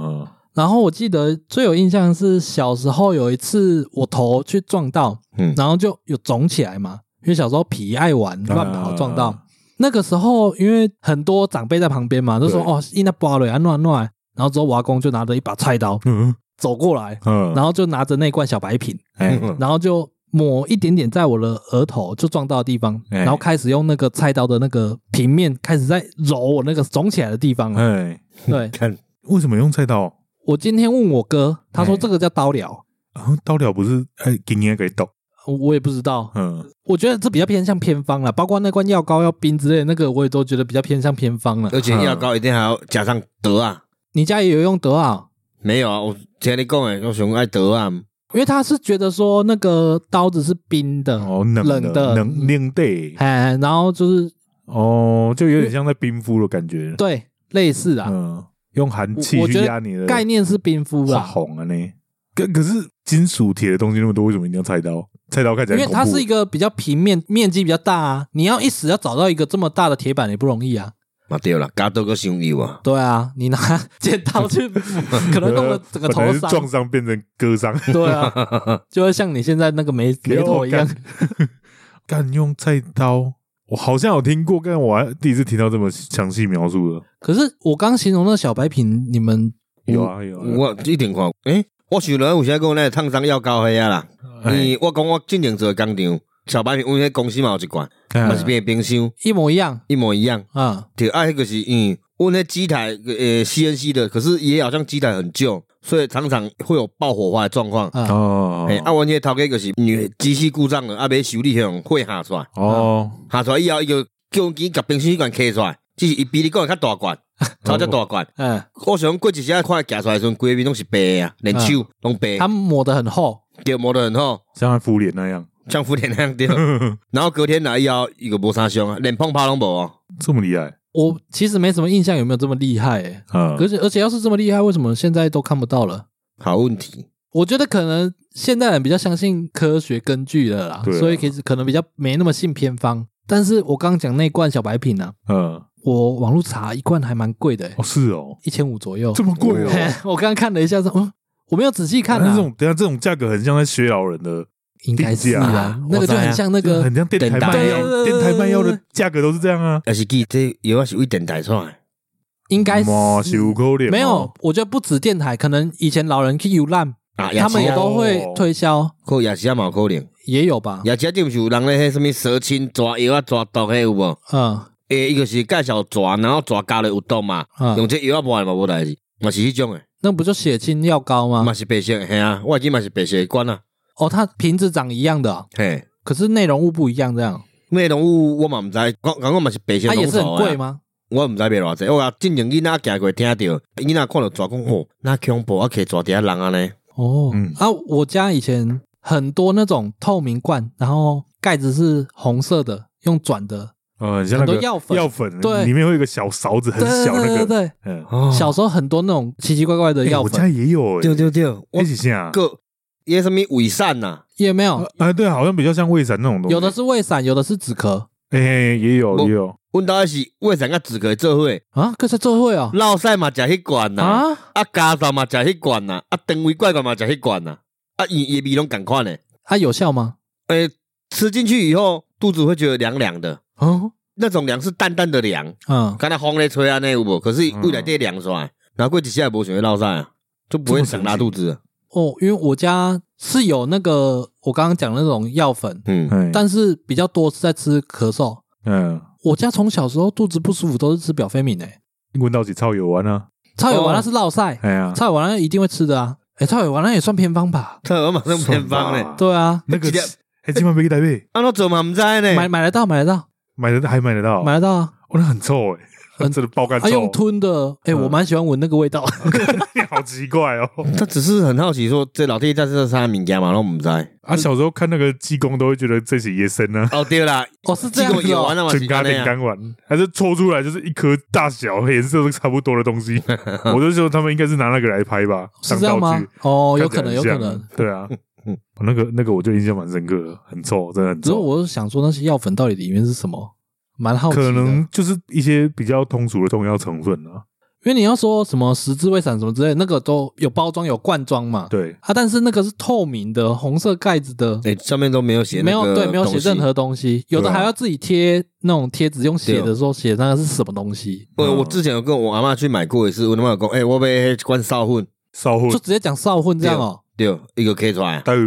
[SPEAKER 2] 然后我记得最有印象的是小时候有一次我头去撞到，
[SPEAKER 1] 嗯
[SPEAKER 2] 然后就有肿起来嘛，因为小时候皮爱玩
[SPEAKER 3] 呃
[SPEAKER 2] 乱跑撞
[SPEAKER 3] 啊
[SPEAKER 2] 到。那个时候因为很多长辈在旁边嘛，就说
[SPEAKER 3] 对
[SPEAKER 2] 哦，应该刮了啊，乱乱。然后之后我阿公就拿着一把菜刀
[SPEAKER 3] 嗯
[SPEAKER 2] 走过来，
[SPEAKER 3] 嗯，
[SPEAKER 2] 然后嗯就拿着那罐小白瓶，
[SPEAKER 3] 哎
[SPEAKER 2] 然后就抹一点点在我的额头，就撞到的地方，
[SPEAKER 3] 哎
[SPEAKER 2] 然后开始用那个菜刀的那个平面开始在揉我那个肿起来的地方了。
[SPEAKER 3] 哎，
[SPEAKER 2] 对
[SPEAKER 1] 看
[SPEAKER 3] 为什么用菜刀？
[SPEAKER 2] 我今天问我哥，他说
[SPEAKER 3] 哎
[SPEAKER 2] 这个叫刀疗，
[SPEAKER 3] 啊，刀了不是哎，给你给刀。
[SPEAKER 2] 我也不知道，
[SPEAKER 3] 嗯，
[SPEAKER 2] 我觉得这比较偏向偏方了，包括那罐药膏、药冰之类的那个，我也都觉得比较偏向偏方了。
[SPEAKER 1] 而且药膏一定还要加上德啊，
[SPEAKER 2] 你家也有用德啊？
[SPEAKER 1] 没有啊，我听你讲诶，我想爱德啊，
[SPEAKER 2] 因为他是觉得说那个刀子是冰的，
[SPEAKER 3] 哦，冷
[SPEAKER 2] 冷的
[SPEAKER 3] 冷冷的，
[SPEAKER 2] 哎，然后就是
[SPEAKER 3] 哦，就有点像在冰敷的感觉。
[SPEAKER 2] 对类似啊，
[SPEAKER 3] 嗯，用寒气
[SPEAKER 2] 我我觉
[SPEAKER 3] 去
[SPEAKER 2] 得
[SPEAKER 3] 压你的
[SPEAKER 2] 概念是冰敷
[SPEAKER 3] 化
[SPEAKER 2] 啦，
[SPEAKER 3] 红啊呢。可可是金属铁的东西那么多，为什么一定要菜刀？菜刀看起
[SPEAKER 2] 因
[SPEAKER 3] 来
[SPEAKER 2] 为
[SPEAKER 3] 很
[SPEAKER 2] 它
[SPEAKER 3] 恐怖
[SPEAKER 2] 是一个比较平面，面积比较大啊，你要一时要找到一个这么大的铁板也不容易啊。
[SPEAKER 1] 嘛对啦，加多个香油啊，
[SPEAKER 2] 对啊，你拿剪刀 去，可能弄得整个
[SPEAKER 3] 本
[SPEAKER 2] 头
[SPEAKER 3] 来是撞
[SPEAKER 2] 伤。
[SPEAKER 3] 伤变成割伤，
[SPEAKER 2] 对啊，就会像你现在那个没没头一样。
[SPEAKER 3] 干用菜刀，我好像有听过，但我还第一次听到这么详细描述的。
[SPEAKER 2] 可是我刚形容那小白瓶，你们
[SPEAKER 1] 嗯
[SPEAKER 3] 有啊有啊，
[SPEAKER 1] 我一定看，诶，我想了，有啥讲咱的烫伤药膏遐啦？
[SPEAKER 3] 哎
[SPEAKER 1] 你我讲我进前做的工厂，小白面，阮迄公司嘛有一罐，嘛是变成冰箱
[SPEAKER 2] 一模一样
[SPEAKER 1] 一模一样。
[SPEAKER 2] 啊，
[SPEAKER 1] 对，啊，迄个是嗯，阮迄机台呃 CNC 的，可是也好像机台很旧，所以常常会有爆火花的状况。
[SPEAKER 2] 啊
[SPEAKER 3] 哦
[SPEAKER 1] 哎、啊，阮迄头家就是因为机器故障了，啊，要修理用火下出来，
[SPEAKER 3] 哦，
[SPEAKER 1] 下出来以后，伊就叫阮机甲冰箱迄罐揢出来，只是伊比你讲的较大罐，超只大罐。
[SPEAKER 2] 嗯，
[SPEAKER 1] 我想过一时啊，看行出来的时阵，规面拢是白的啊，连手拢白，
[SPEAKER 3] 哎
[SPEAKER 2] 它抹得很厚，
[SPEAKER 1] 对，磨得很好，
[SPEAKER 3] 像复联那样，
[SPEAKER 1] 像福田那样对。然后隔天来以后，伊个无啥伤啊，连碰拍拢无哦。
[SPEAKER 3] 这么厉害
[SPEAKER 2] 我其实没什么印象有没有这么厉害、欸，
[SPEAKER 3] 啊
[SPEAKER 2] 而且而且要是这么厉害，为什么现在都看不到了？
[SPEAKER 1] 好问题，
[SPEAKER 2] 我觉得可能现代人比较相信科学根据的啦，
[SPEAKER 3] 对啊
[SPEAKER 2] 所以其实可能比较没那么信偏方。但是我刚刚讲那罐小白瓶啊，
[SPEAKER 3] 嗯，
[SPEAKER 2] 我网络查一罐还蛮贵的、欸
[SPEAKER 3] 哦，是哦，
[SPEAKER 2] 一千五左右
[SPEAKER 3] 这。么贵哦，
[SPEAKER 1] 嘿
[SPEAKER 2] 我刚刚看了啊一下说，嗯，我没有仔细看
[SPEAKER 3] 那
[SPEAKER 2] 啊
[SPEAKER 3] 这，种等一下这种价格很像在削老人的，
[SPEAKER 2] 应该是
[SPEAKER 3] 定价
[SPEAKER 2] 啊
[SPEAKER 1] 啊，
[SPEAKER 2] 那个就很像那
[SPEAKER 3] 就
[SPEAKER 2] 个
[SPEAKER 3] 很像电台卖
[SPEAKER 2] 电台
[SPEAKER 3] 药，电台卖药的价格都是这样啊，
[SPEAKER 1] 也是记这药啊是为电台出来的，
[SPEAKER 2] 应该是
[SPEAKER 3] 妈是有可怜哦
[SPEAKER 2] 没有，我觉得不止电台，可能以前老人去游览，
[SPEAKER 1] 啊，
[SPEAKER 2] 他们
[SPEAKER 1] 也
[SPEAKER 2] 也
[SPEAKER 1] 是啊
[SPEAKER 2] 都会推销，
[SPEAKER 1] 靠也是啊嘛有可能，
[SPEAKER 2] 也有吧？
[SPEAKER 1] 也是啊，就不是有人咧迄什物蛇青抓药啊抓毒迄有无？
[SPEAKER 2] 嗯
[SPEAKER 1] 诶，伊个是介绍蛇，然后蛇加了有毒嘛，用
[SPEAKER 2] 嗯，
[SPEAKER 1] 这药啊抹的嘛无代志，嘛是迄种诶，
[SPEAKER 2] 那不就血清药膏
[SPEAKER 1] 嘛
[SPEAKER 2] 吗？
[SPEAKER 1] 是白色的，嘿啊，我记嘛是白色的管啊，
[SPEAKER 2] 哦，它瓶子长一样的哦，
[SPEAKER 1] 嘿。
[SPEAKER 2] 可是内容物不一样，这样
[SPEAKER 1] 内容物我嘛毋知，讲讲我嘛是白色
[SPEAKER 2] 它啊也是很
[SPEAKER 3] 啊
[SPEAKER 2] 贵
[SPEAKER 1] 嘛。
[SPEAKER 2] 吗？
[SPEAKER 1] 啊我毋知卖偌济，我甲进前囡仔行过听着，囡仔看着蛇讲吼，那恐怖啊，摕蛇伫遐人安尼。
[SPEAKER 2] 哦
[SPEAKER 3] 嗯，
[SPEAKER 2] 啊，我家以前很多那种透明罐，然后盖子是红色的，用转的，
[SPEAKER 3] 呃，很像
[SPEAKER 2] 很
[SPEAKER 3] 那个
[SPEAKER 2] 多药粉
[SPEAKER 3] 药粉
[SPEAKER 2] 对
[SPEAKER 3] 里面会有一个小勺子，很
[SPEAKER 2] 对
[SPEAKER 3] 小那
[SPEAKER 2] 对对
[SPEAKER 3] 个，
[SPEAKER 2] 对
[SPEAKER 3] 嗯，
[SPEAKER 1] 哦
[SPEAKER 2] 对，小时候很多那种奇奇怪怪的
[SPEAKER 3] 哎
[SPEAKER 2] 药
[SPEAKER 3] 我家
[SPEAKER 2] 粉，
[SPEAKER 3] 也有
[SPEAKER 1] 对
[SPEAKER 3] 哎，
[SPEAKER 1] 对对，我
[SPEAKER 3] 一起下
[SPEAKER 1] 个伊什物伪善呐，
[SPEAKER 2] 也没有，
[SPEAKER 3] 啊，对，好像比较像胃散那种东西，
[SPEAKER 2] 有的是胃散，有的是止咳
[SPEAKER 3] 哎也有
[SPEAKER 1] 不
[SPEAKER 3] 也有，
[SPEAKER 1] 阮兜是为啥甲自个做伙，
[SPEAKER 2] 啊，可是这会哦
[SPEAKER 1] 老屎嘛食迄罐呐，
[SPEAKER 2] 啊。
[SPEAKER 1] 啊加上嘛食迄罐呐，啊肠胃怪怪嘛食迄罐呐，啊伊伊味拢共款诶，
[SPEAKER 2] 它啊有效吗？
[SPEAKER 1] 诶吃进去以后肚子会觉得凉凉的，
[SPEAKER 2] 哦，
[SPEAKER 1] 那种凉是淡淡的凉，
[SPEAKER 2] 嗯，
[SPEAKER 1] 敢若风咧吹安啊尼有无？可是胃内底凉出来，然后过一下也无想要落屎啊，就不会想拉肚子了。
[SPEAKER 2] 哦，因为我家是有那个我刚刚讲的那种药粉，
[SPEAKER 1] 嗯，
[SPEAKER 3] 哎
[SPEAKER 2] 但是比较多是在吃咳嗽。
[SPEAKER 3] 嗯，
[SPEAKER 2] 我家从小时候肚子不舒服都是吃表飞敏诶、
[SPEAKER 3] 闻到起超有丸啊，
[SPEAKER 2] 超有
[SPEAKER 1] 哦
[SPEAKER 2] 丸那是落晒，
[SPEAKER 3] 哎呀，
[SPEAKER 2] 超有丸那一定会吃的啊。诶、超有丸那也算偏方吧？
[SPEAKER 1] 他有马上偏方
[SPEAKER 3] 算
[SPEAKER 1] 咧
[SPEAKER 3] 吧，
[SPEAKER 2] 对啊，
[SPEAKER 3] 那个
[SPEAKER 1] 一粒
[SPEAKER 3] 哎，今晚没给台北
[SPEAKER 1] 安怎做嘛毋知
[SPEAKER 2] 买
[SPEAKER 1] 呢？
[SPEAKER 2] 买得到，买得到，
[SPEAKER 3] 买得还买得到，
[SPEAKER 2] 买得到啊！
[SPEAKER 3] 哦，那很臭哎，
[SPEAKER 2] 很
[SPEAKER 3] 真的爆干
[SPEAKER 2] 啊，用
[SPEAKER 3] 臭，
[SPEAKER 2] 吞的，诶、
[SPEAKER 3] 嗯
[SPEAKER 2] 我蛮喜欢闻那个味道。
[SPEAKER 3] 你 好奇怪哦。
[SPEAKER 1] 他只是很好奇说，这老弟在这啥物件嘛，拢毋知。
[SPEAKER 3] 啊，小时候看那个济公都会觉得这是野生啊，
[SPEAKER 1] 哦对啦，
[SPEAKER 2] 哦，是这样
[SPEAKER 1] 结果
[SPEAKER 2] 子
[SPEAKER 1] 有
[SPEAKER 2] 哦
[SPEAKER 1] 啊，。那嘛
[SPEAKER 3] 整
[SPEAKER 1] 是
[SPEAKER 3] 咖
[SPEAKER 1] 安尼
[SPEAKER 3] 点
[SPEAKER 1] 啊。
[SPEAKER 3] 干丸，还是抽出来就是一颗大小和颜色都差不多的东西。我就说他们应该是拿那个来拍吧，
[SPEAKER 2] 是
[SPEAKER 3] 当
[SPEAKER 2] 这样
[SPEAKER 3] 道
[SPEAKER 2] 吗
[SPEAKER 3] 具。？
[SPEAKER 2] 哦，有可
[SPEAKER 3] 看
[SPEAKER 2] 能，
[SPEAKER 3] 起来
[SPEAKER 2] 有
[SPEAKER 3] 很像
[SPEAKER 2] 可能。。
[SPEAKER 3] 对啊
[SPEAKER 1] 嗯，
[SPEAKER 3] 那个那个我就印象蛮深刻的，很臭，真的很
[SPEAKER 2] 只是
[SPEAKER 3] 臭。
[SPEAKER 2] 我想说，那些药粉到底里面是什么，蛮好奇的。
[SPEAKER 3] 可能就是一些比较通俗的中药成分啊。
[SPEAKER 2] 因为你要说什么十字卫伞什么之类的，那个都有包装有罐装嘛。
[SPEAKER 3] 对，
[SPEAKER 2] 啊，但是那个是透明的，红色盖子的，
[SPEAKER 1] 哎，上面都没有写
[SPEAKER 2] 没
[SPEAKER 1] 那
[SPEAKER 2] 有
[SPEAKER 1] 个东西，
[SPEAKER 2] 对，没有写任何东西，有的
[SPEAKER 3] 对啊
[SPEAKER 2] 还要自己贴那种贴纸，用写
[SPEAKER 1] 对
[SPEAKER 2] 的时候写那个是什么东西，
[SPEAKER 1] 呃。我我之前有跟我阿嬷去买过一次，我阿嬷讲，哎，我买迄罐烧粉，
[SPEAKER 3] 稍后
[SPEAKER 2] 就直接讲少混这样哦。
[SPEAKER 1] 对，一个 K 出来，啊
[SPEAKER 3] 待会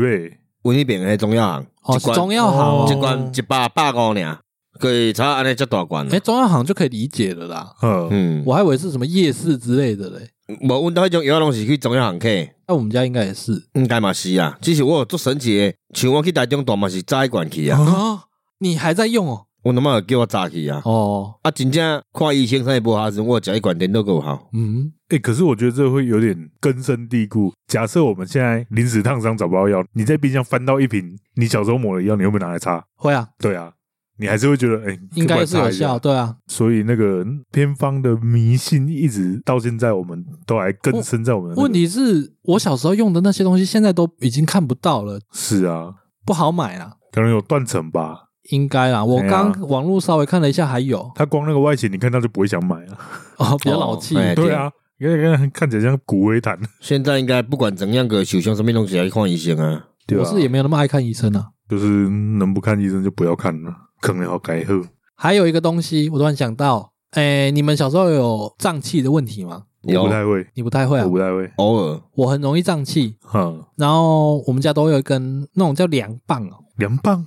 [SPEAKER 1] 阮迄边迄中药行，
[SPEAKER 2] 哦，
[SPEAKER 1] 一罐
[SPEAKER 2] 中药行
[SPEAKER 1] 一
[SPEAKER 2] 哦，
[SPEAKER 1] 罐一百百五尔，佮差安尼遮大罐。啊
[SPEAKER 2] 哎，中药行就可以理解了啦。
[SPEAKER 3] 呃，
[SPEAKER 1] 嗯，
[SPEAKER 2] 我还以为是什么夜市之类的嘞，
[SPEAKER 1] 无阮兜迄种药拢是去中药行客，
[SPEAKER 2] 那我们家应该也是
[SPEAKER 1] 应该嘛是啊。只是我有做神奇的，像我去台中大嘛是早一罐去啊，
[SPEAKER 2] 啊。你还在用哦？
[SPEAKER 1] 阮阿嬷有叫我早去啊。
[SPEAKER 2] 哦，
[SPEAKER 1] 啊，真正看医生啥也无下子，我有食一罐电脑有效。
[SPEAKER 2] 嗯，
[SPEAKER 3] 哎，可是我觉得这会有点根深蒂固。假设我们现在临时烫伤找不到药，你在冰箱翻到一瓶你小时候抹的药，你会不会拿来擦？
[SPEAKER 2] 会啊，
[SPEAKER 3] 对啊，你还是会觉得，哎、
[SPEAKER 2] 应该是有效，
[SPEAKER 3] 的。
[SPEAKER 2] 对啊。
[SPEAKER 3] 所以那个偏方的迷信，一直到现在，我们都还根深在我们的那个、
[SPEAKER 2] 问题是我小时候用的那些东西，现在都已经看不到了，
[SPEAKER 3] 是啊，
[SPEAKER 2] 不好买啦。
[SPEAKER 3] 可能有断层吧。
[SPEAKER 2] 应该啦，我
[SPEAKER 3] 哎呀
[SPEAKER 2] 刚网络稍微看了一下，还有
[SPEAKER 3] 它光那个外形，你看到就不会想买啊。
[SPEAKER 2] 哦，比较老气
[SPEAKER 1] 哦哎
[SPEAKER 3] 对啊，因为看看起来像骨灰坛，
[SPEAKER 1] 现在应该不管怎样个受伤，什么拢是要去看医生啊。
[SPEAKER 3] 对
[SPEAKER 2] 我
[SPEAKER 3] 啊，
[SPEAKER 2] 是也没有那么爱看医生啊。
[SPEAKER 3] 就是能不看医生就不要看了，可能要改喝。
[SPEAKER 2] 还有一个东西，我突然想到，哎，你们小时候有胀气的问题吗？
[SPEAKER 3] 我不
[SPEAKER 1] 有
[SPEAKER 3] 太会，
[SPEAKER 2] 你不太会啊
[SPEAKER 3] 我，不太会。
[SPEAKER 1] 偶尔
[SPEAKER 2] 我很容易胀气。
[SPEAKER 3] 嗯，
[SPEAKER 2] 然后我们家都有一根那种叫凉棒哦，
[SPEAKER 3] 凉棒，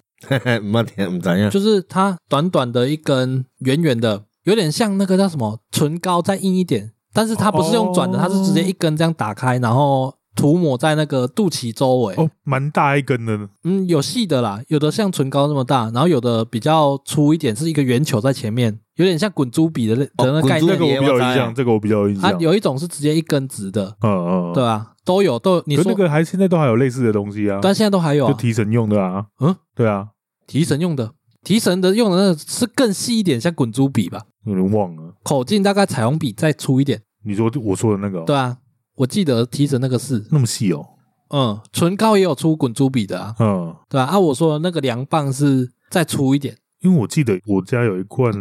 [SPEAKER 1] 唔捌听，唔知啊影。
[SPEAKER 2] 就是它短短的一根，圆圆的，有点像那个叫什么唇膏再硬一点，但是它不是用转的，
[SPEAKER 3] 哦
[SPEAKER 2] 它是直接一根这样打开，然后涂抹在那个肚脐周围。
[SPEAKER 3] 哦，蛮大一根的，
[SPEAKER 2] 嗯，有细的啦，有的像唇膏那么大，然后有的比较粗一点，是一个圆球在前面，有点像滚珠笔的那
[SPEAKER 1] 哦
[SPEAKER 2] 的那
[SPEAKER 1] 滚
[SPEAKER 2] 概
[SPEAKER 1] 珠
[SPEAKER 3] 这
[SPEAKER 2] 念
[SPEAKER 3] 个哦我比较有印象，这个我比较有印
[SPEAKER 2] 啊
[SPEAKER 3] 象。。
[SPEAKER 2] 有一种是直接一根直的，
[SPEAKER 3] 嗯嗯，嗯
[SPEAKER 2] 对。啊，都有都有。你
[SPEAKER 3] 可
[SPEAKER 2] 说
[SPEAKER 3] 是那个还现在都还有类似的东西啊，
[SPEAKER 2] 但现在都还有、
[SPEAKER 3] 就
[SPEAKER 2] 啊、
[SPEAKER 3] 提神用的啊。
[SPEAKER 2] 嗯，
[SPEAKER 3] 对啊，
[SPEAKER 2] 提神用的，提神的用的那个是更细一点，像滚珠笔吧，
[SPEAKER 3] 有点忘了。
[SPEAKER 2] 口径大概彩虹笔再粗一点。
[SPEAKER 3] 你说我说的那个哦
[SPEAKER 2] 对啊，我记得提神那个是，
[SPEAKER 3] 那么细哦，
[SPEAKER 2] 嗯，唇膏也有出滚珠笔的啊，
[SPEAKER 3] 嗯，
[SPEAKER 2] 对啊，啊，我说的那个凉棒是再粗一点，
[SPEAKER 3] 因为我记得我家有一罐，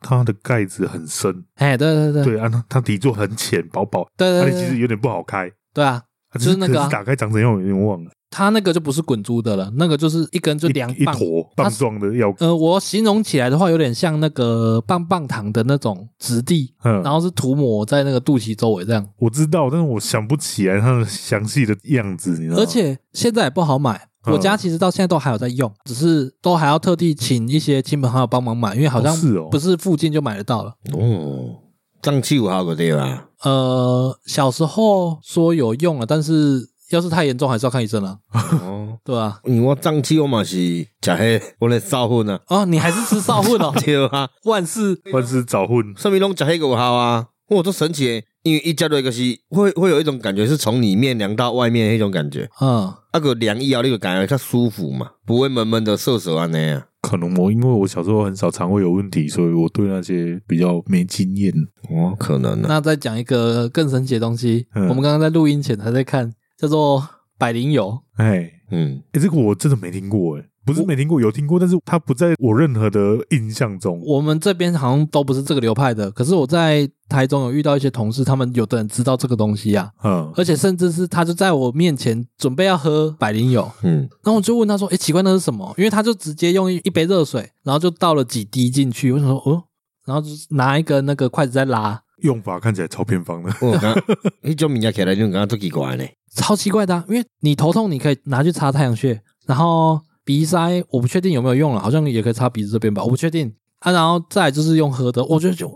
[SPEAKER 3] 它的盖子很深，
[SPEAKER 2] 哎，对对对对
[SPEAKER 3] 对啊，它它底座很浅，薄薄，
[SPEAKER 2] 对
[SPEAKER 3] 而
[SPEAKER 2] 对
[SPEAKER 3] 且其实
[SPEAKER 2] 对，
[SPEAKER 3] 有点不好开，
[SPEAKER 2] 对啊，
[SPEAKER 3] 啊
[SPEAKER 2] 就是那个啊
[SPEAKER 3] 可是打开长怎样我有点忘了，
[SPEAKER 2] 它那个就不是滚珠的了，那个就是一根就
[SPEAKER 3] 一
[SPEAKER 2] 凉
[SPEAKER 3] 一
[SPEAKER 2] 棒。
[SPEAKER 3] 坨
[SPEAKER 2] 它
[SPEAKER 3] 棒
[SPEAKER 2] 是
[SPEAKER 3] 状的要，
[SPEAKER 2] 呃，我形容起来的话，有点像那个棒棒糖的那种质地，
[SPEAKER 3] 嗯
[SPEAKER 2] 然，后是涂抹在那个肚脐周围这样。
[SPEAKER 3] 我知道，但是我想不起来它的详细的样子，你知道吗？
[SPEAKER 2] 而且现在也不好买，
[SPEAKER 3] 嗯
[SPEAKER 2] 我家其实到现在都还有在用，只是都还要特地请一些亲朋好友帮忙买，因为好像
[SPEAKER 3] 哦是哦
[SPEAKER 2] 不是附近就买得到了。
[SPEAKER 1] 哦，胀气有效个对吧？
[SPEAKER 2] 呃，小时候说有用了，但是要是太严重还是要看医生了、
[SPEAKER 1] 哦，
[SPEAKER 2] 对吧、
[SPEAKER 1] 因为我胀气我嘛是食迄我咧烧粉 啊，，
[SPEAKER 2] 啊？哦，你还是吃少混哦
[SPEAKER 1] 对啊，
[SPEAKER 2] 万事
[SPEAKER 3] 万事早混，
[SPEAKER 1] 上面拢食迄个有效啊。我都神奇的，因为一加落就是会会有一种感觉，是从里面凉到外面的迄种感觉。
[SPEAKER 2] 嗯，
[SPEAKER 1] 啊个凉以后，你就感觉较舒服嘛，不会闷闷的瑟瑟安尼啊。
[SPEAKER 3] 可能我因为我小时候很少肠胃有问题，所以我对那些比较没经验。
[SPEAKER 1] 哦，可能啊。
[SPEAKER 2] 那再讲一个更神奇的东西，
[SPEAKER 3] 嗯
[SPEAKER 2] 我们刚刚在录音前还在看，叫做百灵油。
[SPEAKER 3] 哎、
[SPEAKER 1] 嗯，
[SPEAKER 3] 哎、这个我真的没听过、哎，不是没听过，有听过，但是它不在我任何的印象中。
[SPEAKER 2] 我们这边好像都不是这个流派的，可是我在台中有遇到一些同事，他们有的人知道这个东西啊，
[SPEAKER 3] 嗯，
[SPEAKER 2] 而且甚至是他就在我面前准备要喝百灵油，
[SPEAKER 1] 嗯，
[SPEAKER 2] 然后我就问他说：“诶，奇怪，那是什么？”因为他就直接用一一杯热水，然后就倒了几滴进去。我想说，哦，然后就拿一个那个筷子在拉，
[SPEAKER 3] 用法看起来超偏方的。
[SPEAKER 1] 哦我感觉迄种物件起来，你感觉足奇怪呢。
[SPEAKER 2] 超奇怪的、啊。因为你头痛，你可以拿去擦太阳穴，然后鼻塞，我不确定有没有用了，好像也可以擦鼻子这边吧，我不确定啊。然后再来就是用喝的，我觉得就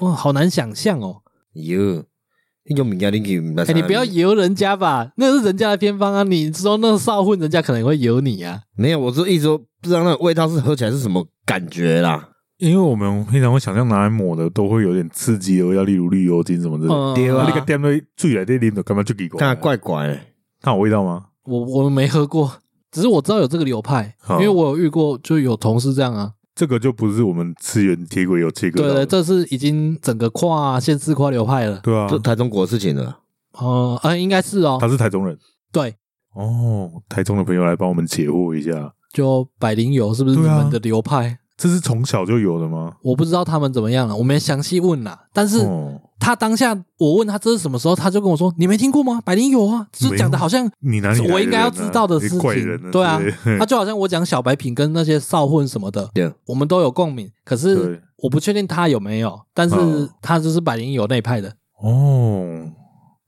[SPEAKER 2] 哇，好难想象哦。
[SPEAKER 1] 哟，迄种物件你去毋知
[SPEAKER 2] 哎，
[SPEAKER 1] 啥。
[SPEAKER 2] 你不要油人家吧，那是人家的偏方啊。你说那少混，人家可能会油你啊。
[SPEAKER 1] 没有，我是一直说不知道那个味道是喝起来是什么感觉啦。
[SPEAKER 3] 因为我们平常会想象拿来抹的都会有点刺激的味道，例如绿油精什么之类的。
[SPEAKER 2] 嗯
[SPEAKER 1] 对
[SPEAKER 3] 那
[SPEAKER 1] 啊
[SPEAKER 3] 你个点在最来这啉的，干嘛就给
[SPEAKER 1] 看怪怪的，
[SPEAKER 3] 它有味道吗？
[SPEAKER 2] 我我没喝过，只是我知道有这个流派，
[SPEAKER 3] 好
[SPEAKER 2] 因为我有遇过，就有同事这样啊。
[SPEAKER 3] 这个就不是我们次元铁轨有切割
[SPEAKER 2] 对
[SPEAKER 3] 到
[SPEAKER 2] 对，
[SPEAKER 3] 的，
[SPEAKER 2] 这是已经整个跨县市跨流派了。
[SPEAKER 3] 对啊
[SPEAKER 1] 这，台中国的事情了。
[SPEAKER 2] 哦、嗯，应该是哦
[SPEAKER 3] 他，是台中人
[SPEAKER 2] 对，
[SPEAKER 3] 哦，台中的朋友来帮我们解惑一下，
[SPEAKER 2] 就百灵油是不是你
[SPEAKER 3] 对啊
[SPEAKER 2] 们的流派？
[SPEAKER 3] 这是从小就有的吗？
[SPEAKER 2] 我不知道他们怎么样了，我没详细问啦。但是
[SPEAKER 3] 哦，
[SPEAKER 2] 他当下我问他这是什么时候，他就跟我说：“你没听过吗？百灵油啊，就讲的好像
[SPEAKER 3] 你哪里来的人啊、
[SPEAKER 2] 我应该要知道的事情
[SPEAKER 3] 你怪人、啊，
[SPEAKER 2] 对啊
[SPEAKER 3] 之类
[SPEAKER 2] 他
[SPEAKER 3] 的，
[SPEAKER 2] 就好像我讲小白瓶跟那些少混什么的，
[SPEAKER 1] 对
[SPEAKER 2] 我们都有共鸣。可是
[SPEAKER 3] 对
[SPEAKER 2] 我不确定他有没有，但是
[SPEAKER 3] 嗯
[SPEAKER 2] 他就是百灵油那一派的。
[SPEAKER 3] 哦，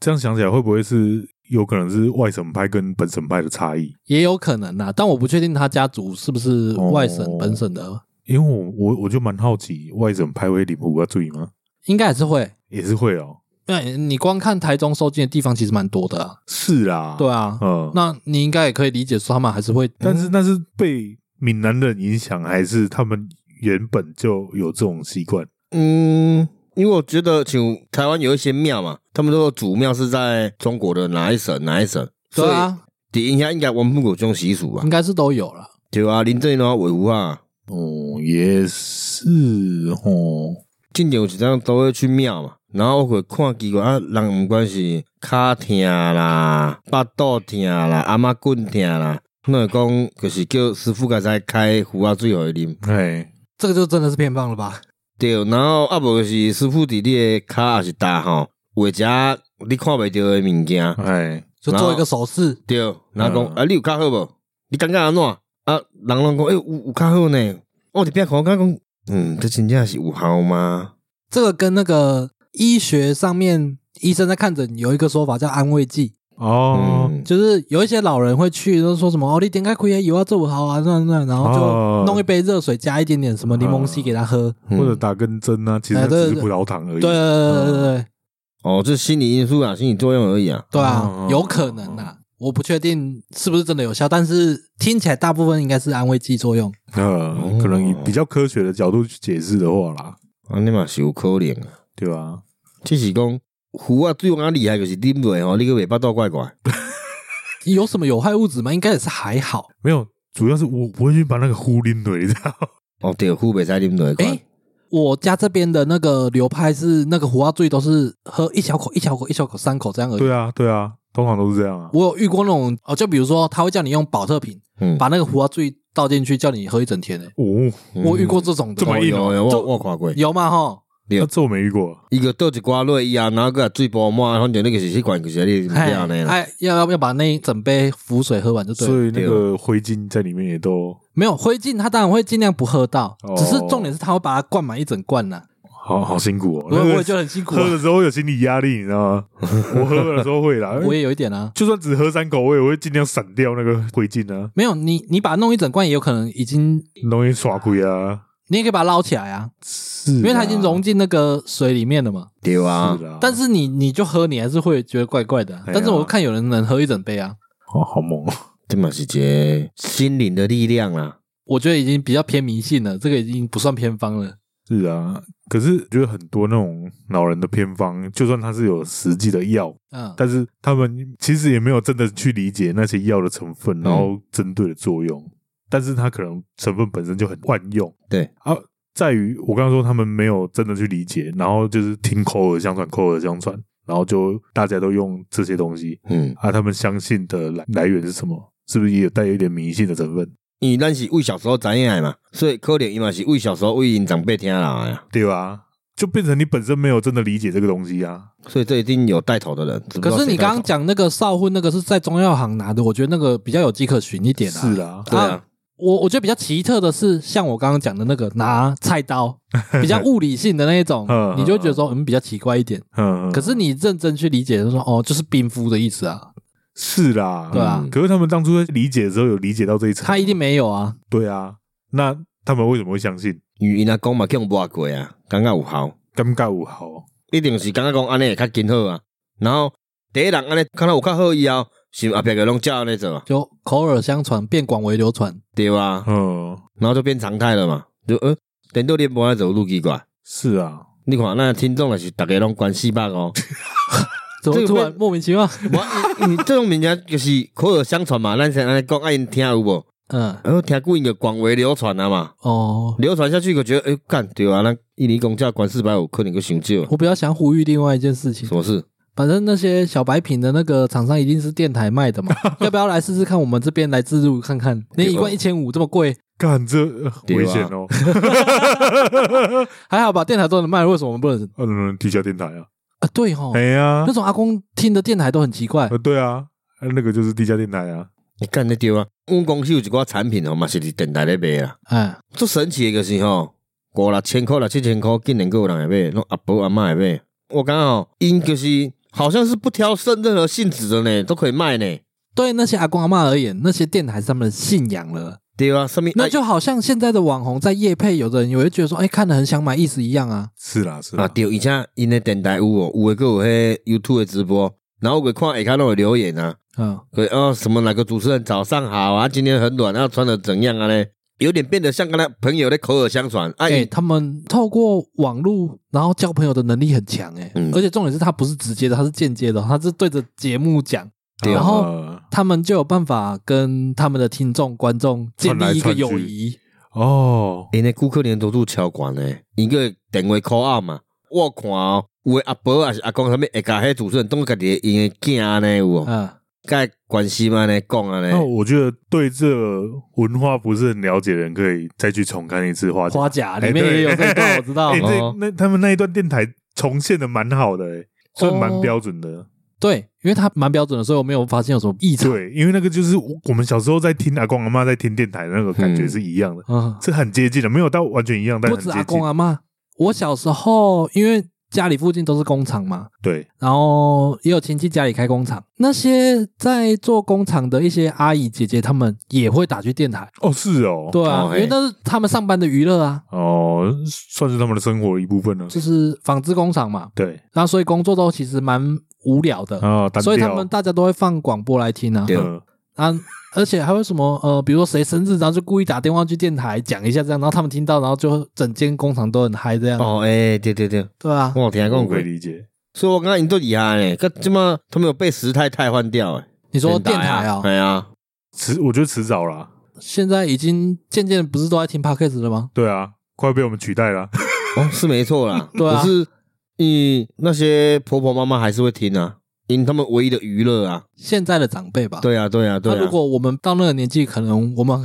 [SPEAKER 3] 这样想起来会不会是有可能是外省派跟本省派的差异？
[SPEAKER 2] 也有可能啦，但我不确定他家族是不是外省、
[SPEAKER 3] 哦
[SPEAKER 2] 本省的，
[SPEAKER 3] 因为我我我就蛮好奇，外省派会领胡要注意吗？
[SPEAKER 2] 应该也是会。
[SPEAKER 3] 也是会哦，
[SPEAKER 2] 那你光看台中收进的地方其实蛮多的、啊，
[SPEAKER 3] 是啦，
[SPEAKER 2] 对啊，
[SPEAKER 3] 嗯，
[SPEAKER 2] 那你应该也可以理解说他们还是会，嗯
[SPEAKER 3] 但是那是被闽南人影响，还是他们原本就有这种习惯？
[SPEAKER 1] 嗯，因为我觉得像台湾有一些庙嘛，他们说祖庙是在中国的哪一省哪一省，
[SPEAKER 2] 对，啊，
[SPEAKER 1] 底下应该文不有这种习俗吧
[SPEAKER 2] 应？该是都有了。
[SPEAKER 1] 对啊，林正英话维护啊，
[SPEAKER 3] 哦，也是哦，
[SPEAKER 1] 近年有一张都会去庙嘛，然后我会看奇怪啊，人不管是骹疼啦、巴肚疼啦、阿妈棍疼啦，那会讲就是叫师傅甲才开壶啊水互伊啉。
[SPEAKER 3] 哎，
[SPEAKER 2] 这个就真的是偏棒了吧？
[SPEAKER 1] 对，然后啊无就是师傅伫你的骹也是搭吼，或者你看袂着的物件，
[SPEAKER 3] 哎，
[SPEAKER 2] 就做一个手势，
[SPEAKER 1] 对，然后讲、
[SPEAKER 3] 嗯
[SPEAKER 1] 啊你有较好无？你感觉安怎？啊，人拢讲诶、欸有有较好呢，哦我伫边看我感觉讲，嗯，这真正是有效吗？
[SPEAKER 2] 这个跟那个医学上面医生在看诊有一个说法叫安慰剂，
[SPEAKER 3] 哦，
[SPEAKER 1] 嗯，
[SPEAKER 2] 就是有一些老人会去，都说什么哦，你点开开油啊，这我好啊，那那，然后
[SPEAKER 3] 哦啊
[SPEAKER 2] 就弄一杯热水，加一点点什么柠檬烯给他喝。
[SPEAKER 1] 嗯
[SPEAKER 3] 或者打根针啊，其实
[SPEAKER 2] 哎
[SPEAKER 3] 它
[SPEAKER 2] 对
[SPEAKER 3] 只是
[SPEAKER 2] 对
[SPEAKER 3] 葡萄糖而已。
[SPEAKER 2] 对对啊对对对
[SPEAKER 1] 哦，这心理因素啊，心理作用而已啊。
[SPEAKER 2] 对
[SPEAKER 3] 哦
[SPEAKER 2] 啊，有可能啊，我不确定是不是真的有效，但是听起来大部分应该是安慰剂作用。
[SPEAKER 3] 呃，可能以比较科学的角度去解释的话啦，
[SPEAKER 1] 啊，你嘛是有可能啊，
[SPEAKER 3] 对吧？
[SPEAKER 1] 只是讲壶啊最啊厉害就是啉落吼，你个尾巴倒怪怪。
[SPEAKER 2] 有什么有害物质吗？应该也是还好。
[SPEAKER 3] 没有，主要是我不会去把那个呼拎的，你知道？
[SPEAKER 1] 哦，对，壶袂使啉落
[SPEAKER 2] 诶、
[SPEAKER 1] 款。
[SPEAKER 3] 欸
[SPEAKER 2] 我家这边的那个流派是那个胡花醉都是喝一小口、一小口、一小口、三口这样而已。
[SPEAKER 3] 对啊，对啊，通常都是这样啊。
[SPEAKER 2] 我有遇过那种哦，就比如说他会叫你用保特瓶
[SPEAKER 1] 嗯，
[SPEAKER 2] 把那个胡花醉倒进去，叫你喝一整天、欸。
[SPEAKER 3] 哦，
[SPEAKER 1] 嗯
[SPEAKER 2] 我遇过这种的
[SPEAKER 3] 这，么硬哦
[SPEAKER 1] 有有
[SPEAKER 2] 这
[SPEAKER 1] 我我看过，
[SPEAKER 2] 有吗？吼，
[SPEAKER 3] 那这我没遇过。
[SPEAKER 1] 伊个倒一寡落伊啊，然后个水波满，反正那个是迄款就是你
[SPEAKER 3] 嗯
[SPEAKER 2] 哎
[SPEAKER 1] 安尼啦。
[SPEAKER 2] 哎，要要要把那一整杯符水喝完就对了。
[SPEAKER 3] 所以那个灰烬在里面也都
[SPEAKER 2] 没有灰烬，他当然会尽量不喝到，
[SPEAKER 3] 哦
[SPEAKER 2] 只是重点是他会把它灌满一整罐呐、
[SPEAKER 3] 好
[SPEAKER 2] 嗯
[SPEAKER 3] 好辛苦哦。
[SPEAKER 2] 我
[SPEAKER 3] 那
[SPEAKER 2] 我也
[SPEAKER 3] 个
[SPEAKER 2] 觉得很辛苦、啊
[SPEAKER 3] 喝，的时候有心理压力，你知 道吗？我喝的时候会啦，
[SPEAKER 2] 我也有一点啊。
[SPEAKER 3] 就算只喝三口，我也会尽量闪掉那个灰烬啊，
[SPEAKER 2] 没有你，你把它弄一整罐，也有可能已经，
[SPEAKER 3] 容易耍亏啊。
[SPEAKER 2] 你也可以把它捞起来啊，
[SPEAKER 3] 是啊，
[SPEAKER 2] 因为它已经融进那个水里面了嘛。
[SPEAKER 1] 对啊
[SPEAKER 3] 是，啊，
[SPEAKER 2] 但是你你就喝，你还是会觉得怪怪的啊、
[SPEAKER 3] 哎呀
[SPEAKER 2] 但是我看有人能喝一整杯啊，
[SPEAKER 3] 哦，好猛哦！
[SPEAKER 1] 这嘛是一个心灵的力量啦。
[SPEAKER 2] 我觉得已经比较偏迷信了，这个已经不算偏方了。
[SPEAKER 3] 是啊，可是觉得很多那种老人的偏方，就算它是有实际的药，
[SPEAKER 2] 嗯，
[SPEAKER 3] 但是他们其实也没有真的去理解那些药的成分，然
[SPEAKER 2] 嗯
[SPEAKER 3] 后针对的作用。但是它可能成分本身就很万用。
[SPEAKER 1] 对
[SPEAKER 3] 啊，在于我刚刚说他们没有真的去理解，然后就是听口耳相传，口耳相传，然后就大家都用这些东西
[SPEAKER 1] 嗯，
[SPEAKER 3] 啊，他们相信的来来源是什么？是不是也有带有一点迷信的成分？
[SPEAKER 1] 因为咱是为小时候知影的嘛，所以可能伊嘛是为小时候为因长辈听来的啊。
[SPEAKER 3] 对吧？就变成你本身没有真的理解这个东西啊。
[SPEAKER 1] 所以这一定有带头的人。只不知道
[SPEAKER 2] 可是
[SPEAKER 1] 谁
[SPEAKER 2] 你
[SPEAKER 1] 带头
[SPEAKER 2] 刚刚讲那个少婚那个是在中药行拿的，我觉得那个比较有迹可循一点啊。
[SPEAKER 3] 是啦，
[SPEAKER 1] 对啊，
[SPEAKER 2] 我我觉得比较奇特的是，像我刚刚讲的那个拿菜刀，比较物理性的那一种
[SPEAKER 3] 嗯，
[SPEAKER 2] 你就觉得说嗯比较奇怪一点。
[SPEAKER 3] 嗯，嗯
[SPEAKER 2] 可是你认真去理解，就说哦，就是冰敷的意思啊，
[SPEAKER 3] 是啦，
[SPEAKER 2] 对啊
[SPEAKER 3] 嗯可是他们当初在理解的时候有理解到这一层，
[SPEAKER 2] 他一定没有啊。
[SPEAKER 3] 对啊，那他们为什么会相信？
[SPEAKER 1] 因为因阿公嘛叫抹过啊，感觉有效，
[SPEAKER 3] 尴尬五好，
[SPEAKER 1] 一定是感觉讲安尼会较紧好啊。然后第一人安尼看到有较好以后，是后壁个拢照安尼做啊，
[SPEAKER 2] 就口耳相传变广为流传，
[SPEAKER 1] 对啊，
[SPEAKER 3] 嗯，
[SPEAKER 1] 然后就变常态了嘛。就呃，等到你无安走路奇怪。
[SPEAKER 3] 是啊，
[SPEAKER 1] 你看，那听众也是大家拢关四百 哦。
[SPEAKER 2] 怎
[SPEAKER 1] 这
[SPEAKER 2] 么
[SPEAKER 1] 个
[SPEAKER 2] 突然
[SPEAKER 1] 变
[SPEAKER 2] 莫名其妙？
[SPEAKER 1] 我你这种物件就是口耳相传嘛，咱先安尼讲，爱啊因听有无？
[SPEAKER 2] 嗯，
[SPEAKER 1] 然后听久因就广为流传啊嘛，
[SPEAKER 2] 哦，
[SPEAKER 1] 流传下去，就觉得哎干对啊，那印尼公价管四百五，可能个伤少啊。
[SPEAKER 2] 我比较想呼吁另外一件事情
[SPEAKER 1] 什，么事？
[SPEAKER 2] 反正那些小白瓶的那个厂商一定是电台卖的 嘛，要不要来试试看？我们这边来自入看看，那一罐一千五这么贵，
[SPEAKER 3] 干这呃
[SPEAKER 1] 对啊
[SPEAKER 3] 危险哦，
[SPEAKER 2] 还好吧？电台都能卖，为什么我们不能？
[SPEAKER 3] 嗯，地下电台啊，
[SPEAKER 2] 啊，对吼
[SPEAKER 3] 哎，呀
[SPEAKER 2] 那，种阿公听的电台都很奇怪
[SPEAKER 3] 呃，对啊，呃那个就是地下电台啊，
[SPEAKER 1] 你干得对啊！阮公司有一寡产品吼，嘛是伫电台咧卖啊。
[SPEAKER 2] 哎，
[SPEAKER 1] 最神奇的就是吼，五六千箍、六七千箍，竟然还有人会买，拢阿婆阿嬷会买。我感觉吼，因就是好像是不挑剩任何性质的呢，都可以卖呢。
[SPEAKER 2] 对那些阿公阿妈而言，那些电台是他们的信仰了。
[SPEAKER 1] 对啊，上面
[SPEAKER 2] 那就好像现在的网红在夜配，有的人也会觉得说，哎，看了很想买，意思一样啊。
[SPEAKER 3] 是啦，是
[SPEAKER 1] 啊
[SPEAKER 3] 啦，
[SPEAKER 1] 对，而且因的电台有哦，有诶，个有迄 YouTube 的直播，然后我看下骹拢有留言啊，
[SPEAKER 2] 嗯，
[SPEAKER 1] 对哦，什么哪个主持人早上好啊，今天很暖啊，穿的怎样啊嘞？有点变得像跟他朋友的口耳相传，哎、
[SPEAKER 2] 哎、他们透过网络，然后交朋友的能力很强、哎、
[SPEAKER 1] 嗯
[SPEAKER 2] 而且重点是他不是直接的，他是间接的，他是对着节目讲，
[SPEAKER 1] 对啊
[SPEAKER 2] 然后
[SPEAKER 3] 呃
[SPEAKER 2] 他们就有办法跟他们的听众、观众建立一个
[SPEAKER 3] 传来传去
[SPEAKER 2] 友谊。
[SPEAKER 3] 哦，
[SPEAKER 1] 因的顾客粘着度超悬诶，伊个电话 call out 嘛，我看哦，有诶阿伯也是阿公，啥物会甲迄主持人当家己的因的囝呢有无？
[SPEAKER 2] 嗯，
[SPEAKER 1] 甲伊关心嘛呢讲啊
[SPEAKER 3] 那
[SPEAKER 1] 呢，
[SPEAKER 3] 我觉得对这文化不是很了解的人，可以再去重看一次花甲
[SPEAKER 2] 花甲
[SPEAKER 3] 哎
[SPEAKER 2] 里面
[SPEAKER 3] 对
[SPEAKER 2] 也有这一 段，我知道。
[SPEAKER 3] 哎，这
[SPEAKER 1] 哦
[SPEAKER 3] 那他们那一段电台重现的蛮好的，哎，算
[SPEAKER 2] 哦
[SPEAKER 3] 蛮标准的。
[SPEAKER 2] 对，因为他蛮标准的，所以我没有发现有什么异常。
[SPEAKER 3] 对，因为那个就是我我们小时候在听阿公阿妈在听电台的那个感觉
[SPEAKER 1] 嗯
[SPEAKER 3] 是一样的，
[SPEAKER 2] 嗯，
[SPEAKER 3] 是很接近的，没有到完全一样，但
[SPEAKER 2] 不
[SPEAKER 3] 很
[SPEAKER 2] 止
[SPEAKER 3] 接
[SPEAKER 2] 阿啊
[SPEAKER 3] 近
[SPEAKER 2] 公。阿妈，我小时候因为家里附近都是工厂嘛，
[SPEAKER 3] 对，
[SPEAKER 2] 然后也有亲戚家里开工厂，那些在做工厂的一些阿姨姐姐，她们也会打去电台，
[SPEAKER 3] 哦，是哦，
[SPEAKER 2] 对啊，
[SPEAKER 1] 哦
[SPEAKER 2] 因
[SPEAKER 1] 嘿
[SPEAKER 2] 为那是他们上班的娱乐啊，
[SPEAKER 3] 哦，算是他们的生活的一部分了。
[SPEAKER 2] 就是纺织工厂嘛，
[SPEAKER 3] 对
[SPEAKER 2] 然后所以工作都其实蛮无聊的，
[SPEAKER 3] 啊，单
[SPEAKER 2] 所以他
[SPEAKER 3] 调
[SPEAKER 2] 们大家都会放广播来听啊，
[SPEAKER 1] 对
[SPEAKER 3] 嗯
[SPEAKER 2] 啊，而且还有什么呃，比如说谁生日，然后就故意打电话去电台讲一下这样，然后他们听到，然后就整间工厂都很嗨这样，
[SPEAKER 1] 哦，诶，对对对，
[SPEAKER 2] 对啊，
[SPEAKER 1] 我有听讲
[SPEAKER 3] 我
[SPEAKER 1] 过
[SPEAKER 3] 可以，理解。
[SPEAKER 1] 所以我刚刚赢都厉害嘞，可这么他们有被时态汰换掉诶，
[SPEAKER 2] 你说电台啊、
[SPEAKER 1] 哎呀，
[SPEAKER 3] 迟，我觉得迟早啦。
[SPEAKER 2] 现在已经渐渐不是都在听 podcast 了吗？
[SPEAKER 3] 对啊，快被我们取代 了。
[SPEAKER 1] 哦，是没错啦
[SPEAKER 2] ，对啊
[SPEAKER 1] 可是，嗯，那些婆婆妈妈还是会听啊，因他们唯一的娱乐啊，
[SPEAKER 2] 现在的长辈吧，
[SPEAKER 1] 对啊，对啊，对
[SPEAKER 2] 那
[SPEAKER 1] 啊，
[SPEAKER 2] 如果我们到那个年纪，可能我们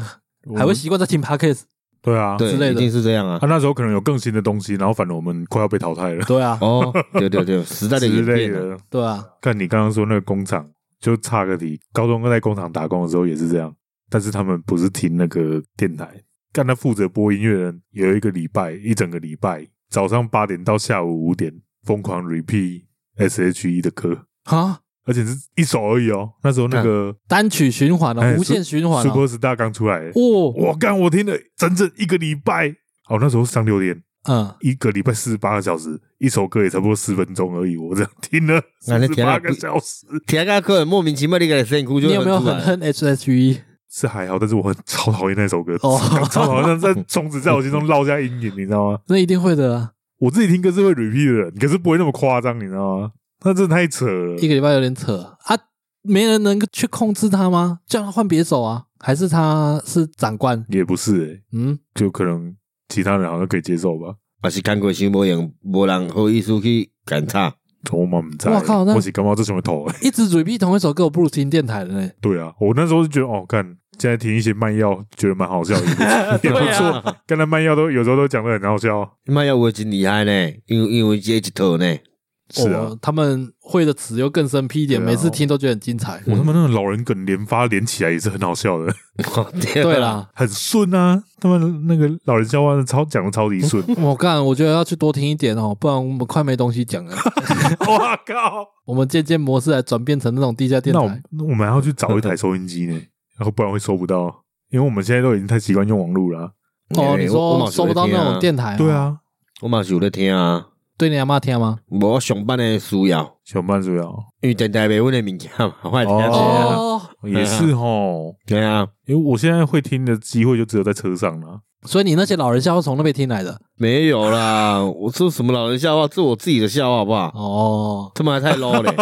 [SPEAKER 3] 嗯
[SPEAKER 2] 还会习惯在听 podcast。
[SPEAKER 3] 对啊，
[SPEAKER 1] 对
[SPEAKER 2] 之类的
[SPEAKER 1] 一定是这样啊
[SPEAKER 3] 他、，那时候可能有更新的东西，然后反正我们快要被淘汰了
[SPEAKER 2] 对啊，
[SPEAKER 1] 哦，对对对，时代的
[SPEAKER 3] 之
[SPEAKER 1] 演
[SPEAKER 3] 类
[SPEAKER 1] 变啊，
[SPEAKER 3] 的。
[SPEAKER 2] 对啊，
[SPEAKER 3] 看你刚刚说那个工厂，就差个题。高中在工厂打工的时候也是这样，但是他们不是听那个电台，干他负责播音乐的人有一个礼拜，一整个礼拜，早上八点到下午五点，疯狂 repeat S.H.E 的歌，
[SPEAKER 2] 啊，
[SPEAKER 3] 而且是一首而已哦。那时候那个
[SPEAKER 2] 单曲循环了、
[SPEAKER 3] 哎
[SPEAKER 2] 无限循
[SPEAKER 1] 哦
[SPEAKER 2] 环了、啊
[SPEAKER 3] Super Star 刚出来，
[SPEAKER 2] 哦，
[SPEAKER 3] 我干，我听了整整一个礼拜。哦，那时候上六天，
[SPEAKER 2] 嗯，
[SPEAKER 3] 一个礼拜四十八个小时，一首歌也差不多十分钟而已。我这样听了
[SPEAKER 1] 那
[SPEAKER 3] 四
[SPEAKER 1] 你
[SPEAKER 3] 十
[SPEAKER 1] 听
[SPEAKER 3] 八
[SPEAKER 1] 了
[SPEAKER 3] 个小时，
[SPEAKER 1] 听个客人莫名其妙的一个声哭就
[SPEAKER 2] 你有没有
[SPEAKER 1] 出来
[SPEAKER 2] 很恨 SHE？
[SPEAKER 3] 是还好，但是我很 超讨厌那首歌，
[SPEAKER 2] 哦
[SPEAKER 3] 超讨厌，在从此在我心中烙下阴影，你知道吗？
[SPEAKER 2] 那一定会的啊，
[SPEAKER 3] 我自己听歌是会 repeat 的人，可是不会那么夸张，你知道吗？那真的太扯了
[SPEAKER 2] 一。个礼拜有点扯啊，没人能去控制他吗？叫他换别手啊，还是他是长官？
[SPEAKER 3] 也不是、欸，
[SPEAKER 2] 嗯，
[SPEAKER 3] 就可能其他人好像可以接受吧。
[SPEAKER 1] 也是看过新无用，无人好意思去赶差。
[SPEAKER 3] 我妈不在，
[SPEAKER 2] 哇靠那
[SPEAKER 3] 我是干嘛这什么头、欸？
[SPEAKER 2] 一直 repeat 同一首歌，我不如听电台的呢。
[SPEAKER 3] 对啊，我那时候就觉得，哦，看现在听一些慢药，觉得蛮好笑，也 不
[SPEAKER 2] 啊
[SPEAKER 3] 错也不
[SPEAKER 2] 对
[SPEAKER 3] 错。刚才慢药都有时候都讲的很好笑，
[SPEAKER 1] 卖药我真厉害呢，因为因为这一套呢，
[SPEAKER 3] 是啊
[SPEAKER 2] 哦，他们会的词又更生僻一点，
[SPEAKER 3] 对啊
[SPEAKER 2] 每次听都觉得很精彩。
[SPEAKER 3] 我他妈那个老人梗连发连起来也是很好笑的，
[SPEAKER 1] 对啊
[SPEAKER 2] 对
[SPEAKER 1] 啦，
[SPEAKER 2] 啦，
[SPEAKER 3] 很顺啊。他们那个老人笑话超讲的超级顺，
[SPEAKER 2] 我干，我觉得要去多听一点哦，不然我们快没东西讲了。
[SPEAKER 3] 哇靠！
[SPEAKER 2] 我们渐渐模式来转变成那种地下电
[SPEAKER 3] 那我
[SPEAKER 2] 台。
[SPEAKER 3] 那我们还要去找一台收音机呢， 然后不然会收不到，因为我们现在都已经太习惯用网络了、啊
[SPEAKER 2] 哦，
[SPEAKER 1] 欸
[SPEAKER 2] 你
[SPEAKER 1] 我我
[SPEAKER 2] 说
[SPEAKER 1] 嘛是
[SPEAKER 2] 收
[SPEAKER 1] 有
[SPEAKER 2] 不
[SPEAKER 1] 在
[SPEAKER 2] 到
[SPEAKER 1] 听
[SPEAKER 2] 那
[SPEAKER 1] 啊
[SPEAKER 2] 种电台？
[SPEAKER 3] 对，啊，
[SPEAKER 1] 我嘛是有在听啊，
[SPEAKER 2] 对你阿妈听吗？
[SPEAKER 1] 无我上班的需要，
[SPEAKER 3] 小曼主要
[SPEAKER 1] 因为电台卖阮的物件嘛， 我会听
[SPEAKER 3] 对
[SPEAKER 1] 啊。
[SPEAKER 2] 哦，
[SPEAKER 3] 也是吼，
[SPEAKER 1] 对啊，
[SPEAKER 3] 因为我现在会听的机会就只有在车上啊了。
[SPEAKER 2] 所以你那些老人笑话从那边听来的？
[SPEAKER 1] 没有啦，我说什么老人笑话，这我自己的笑话好不好？
[SPEAKER 2] 哦，
[SPEAKER 1] 他妈太 low 了，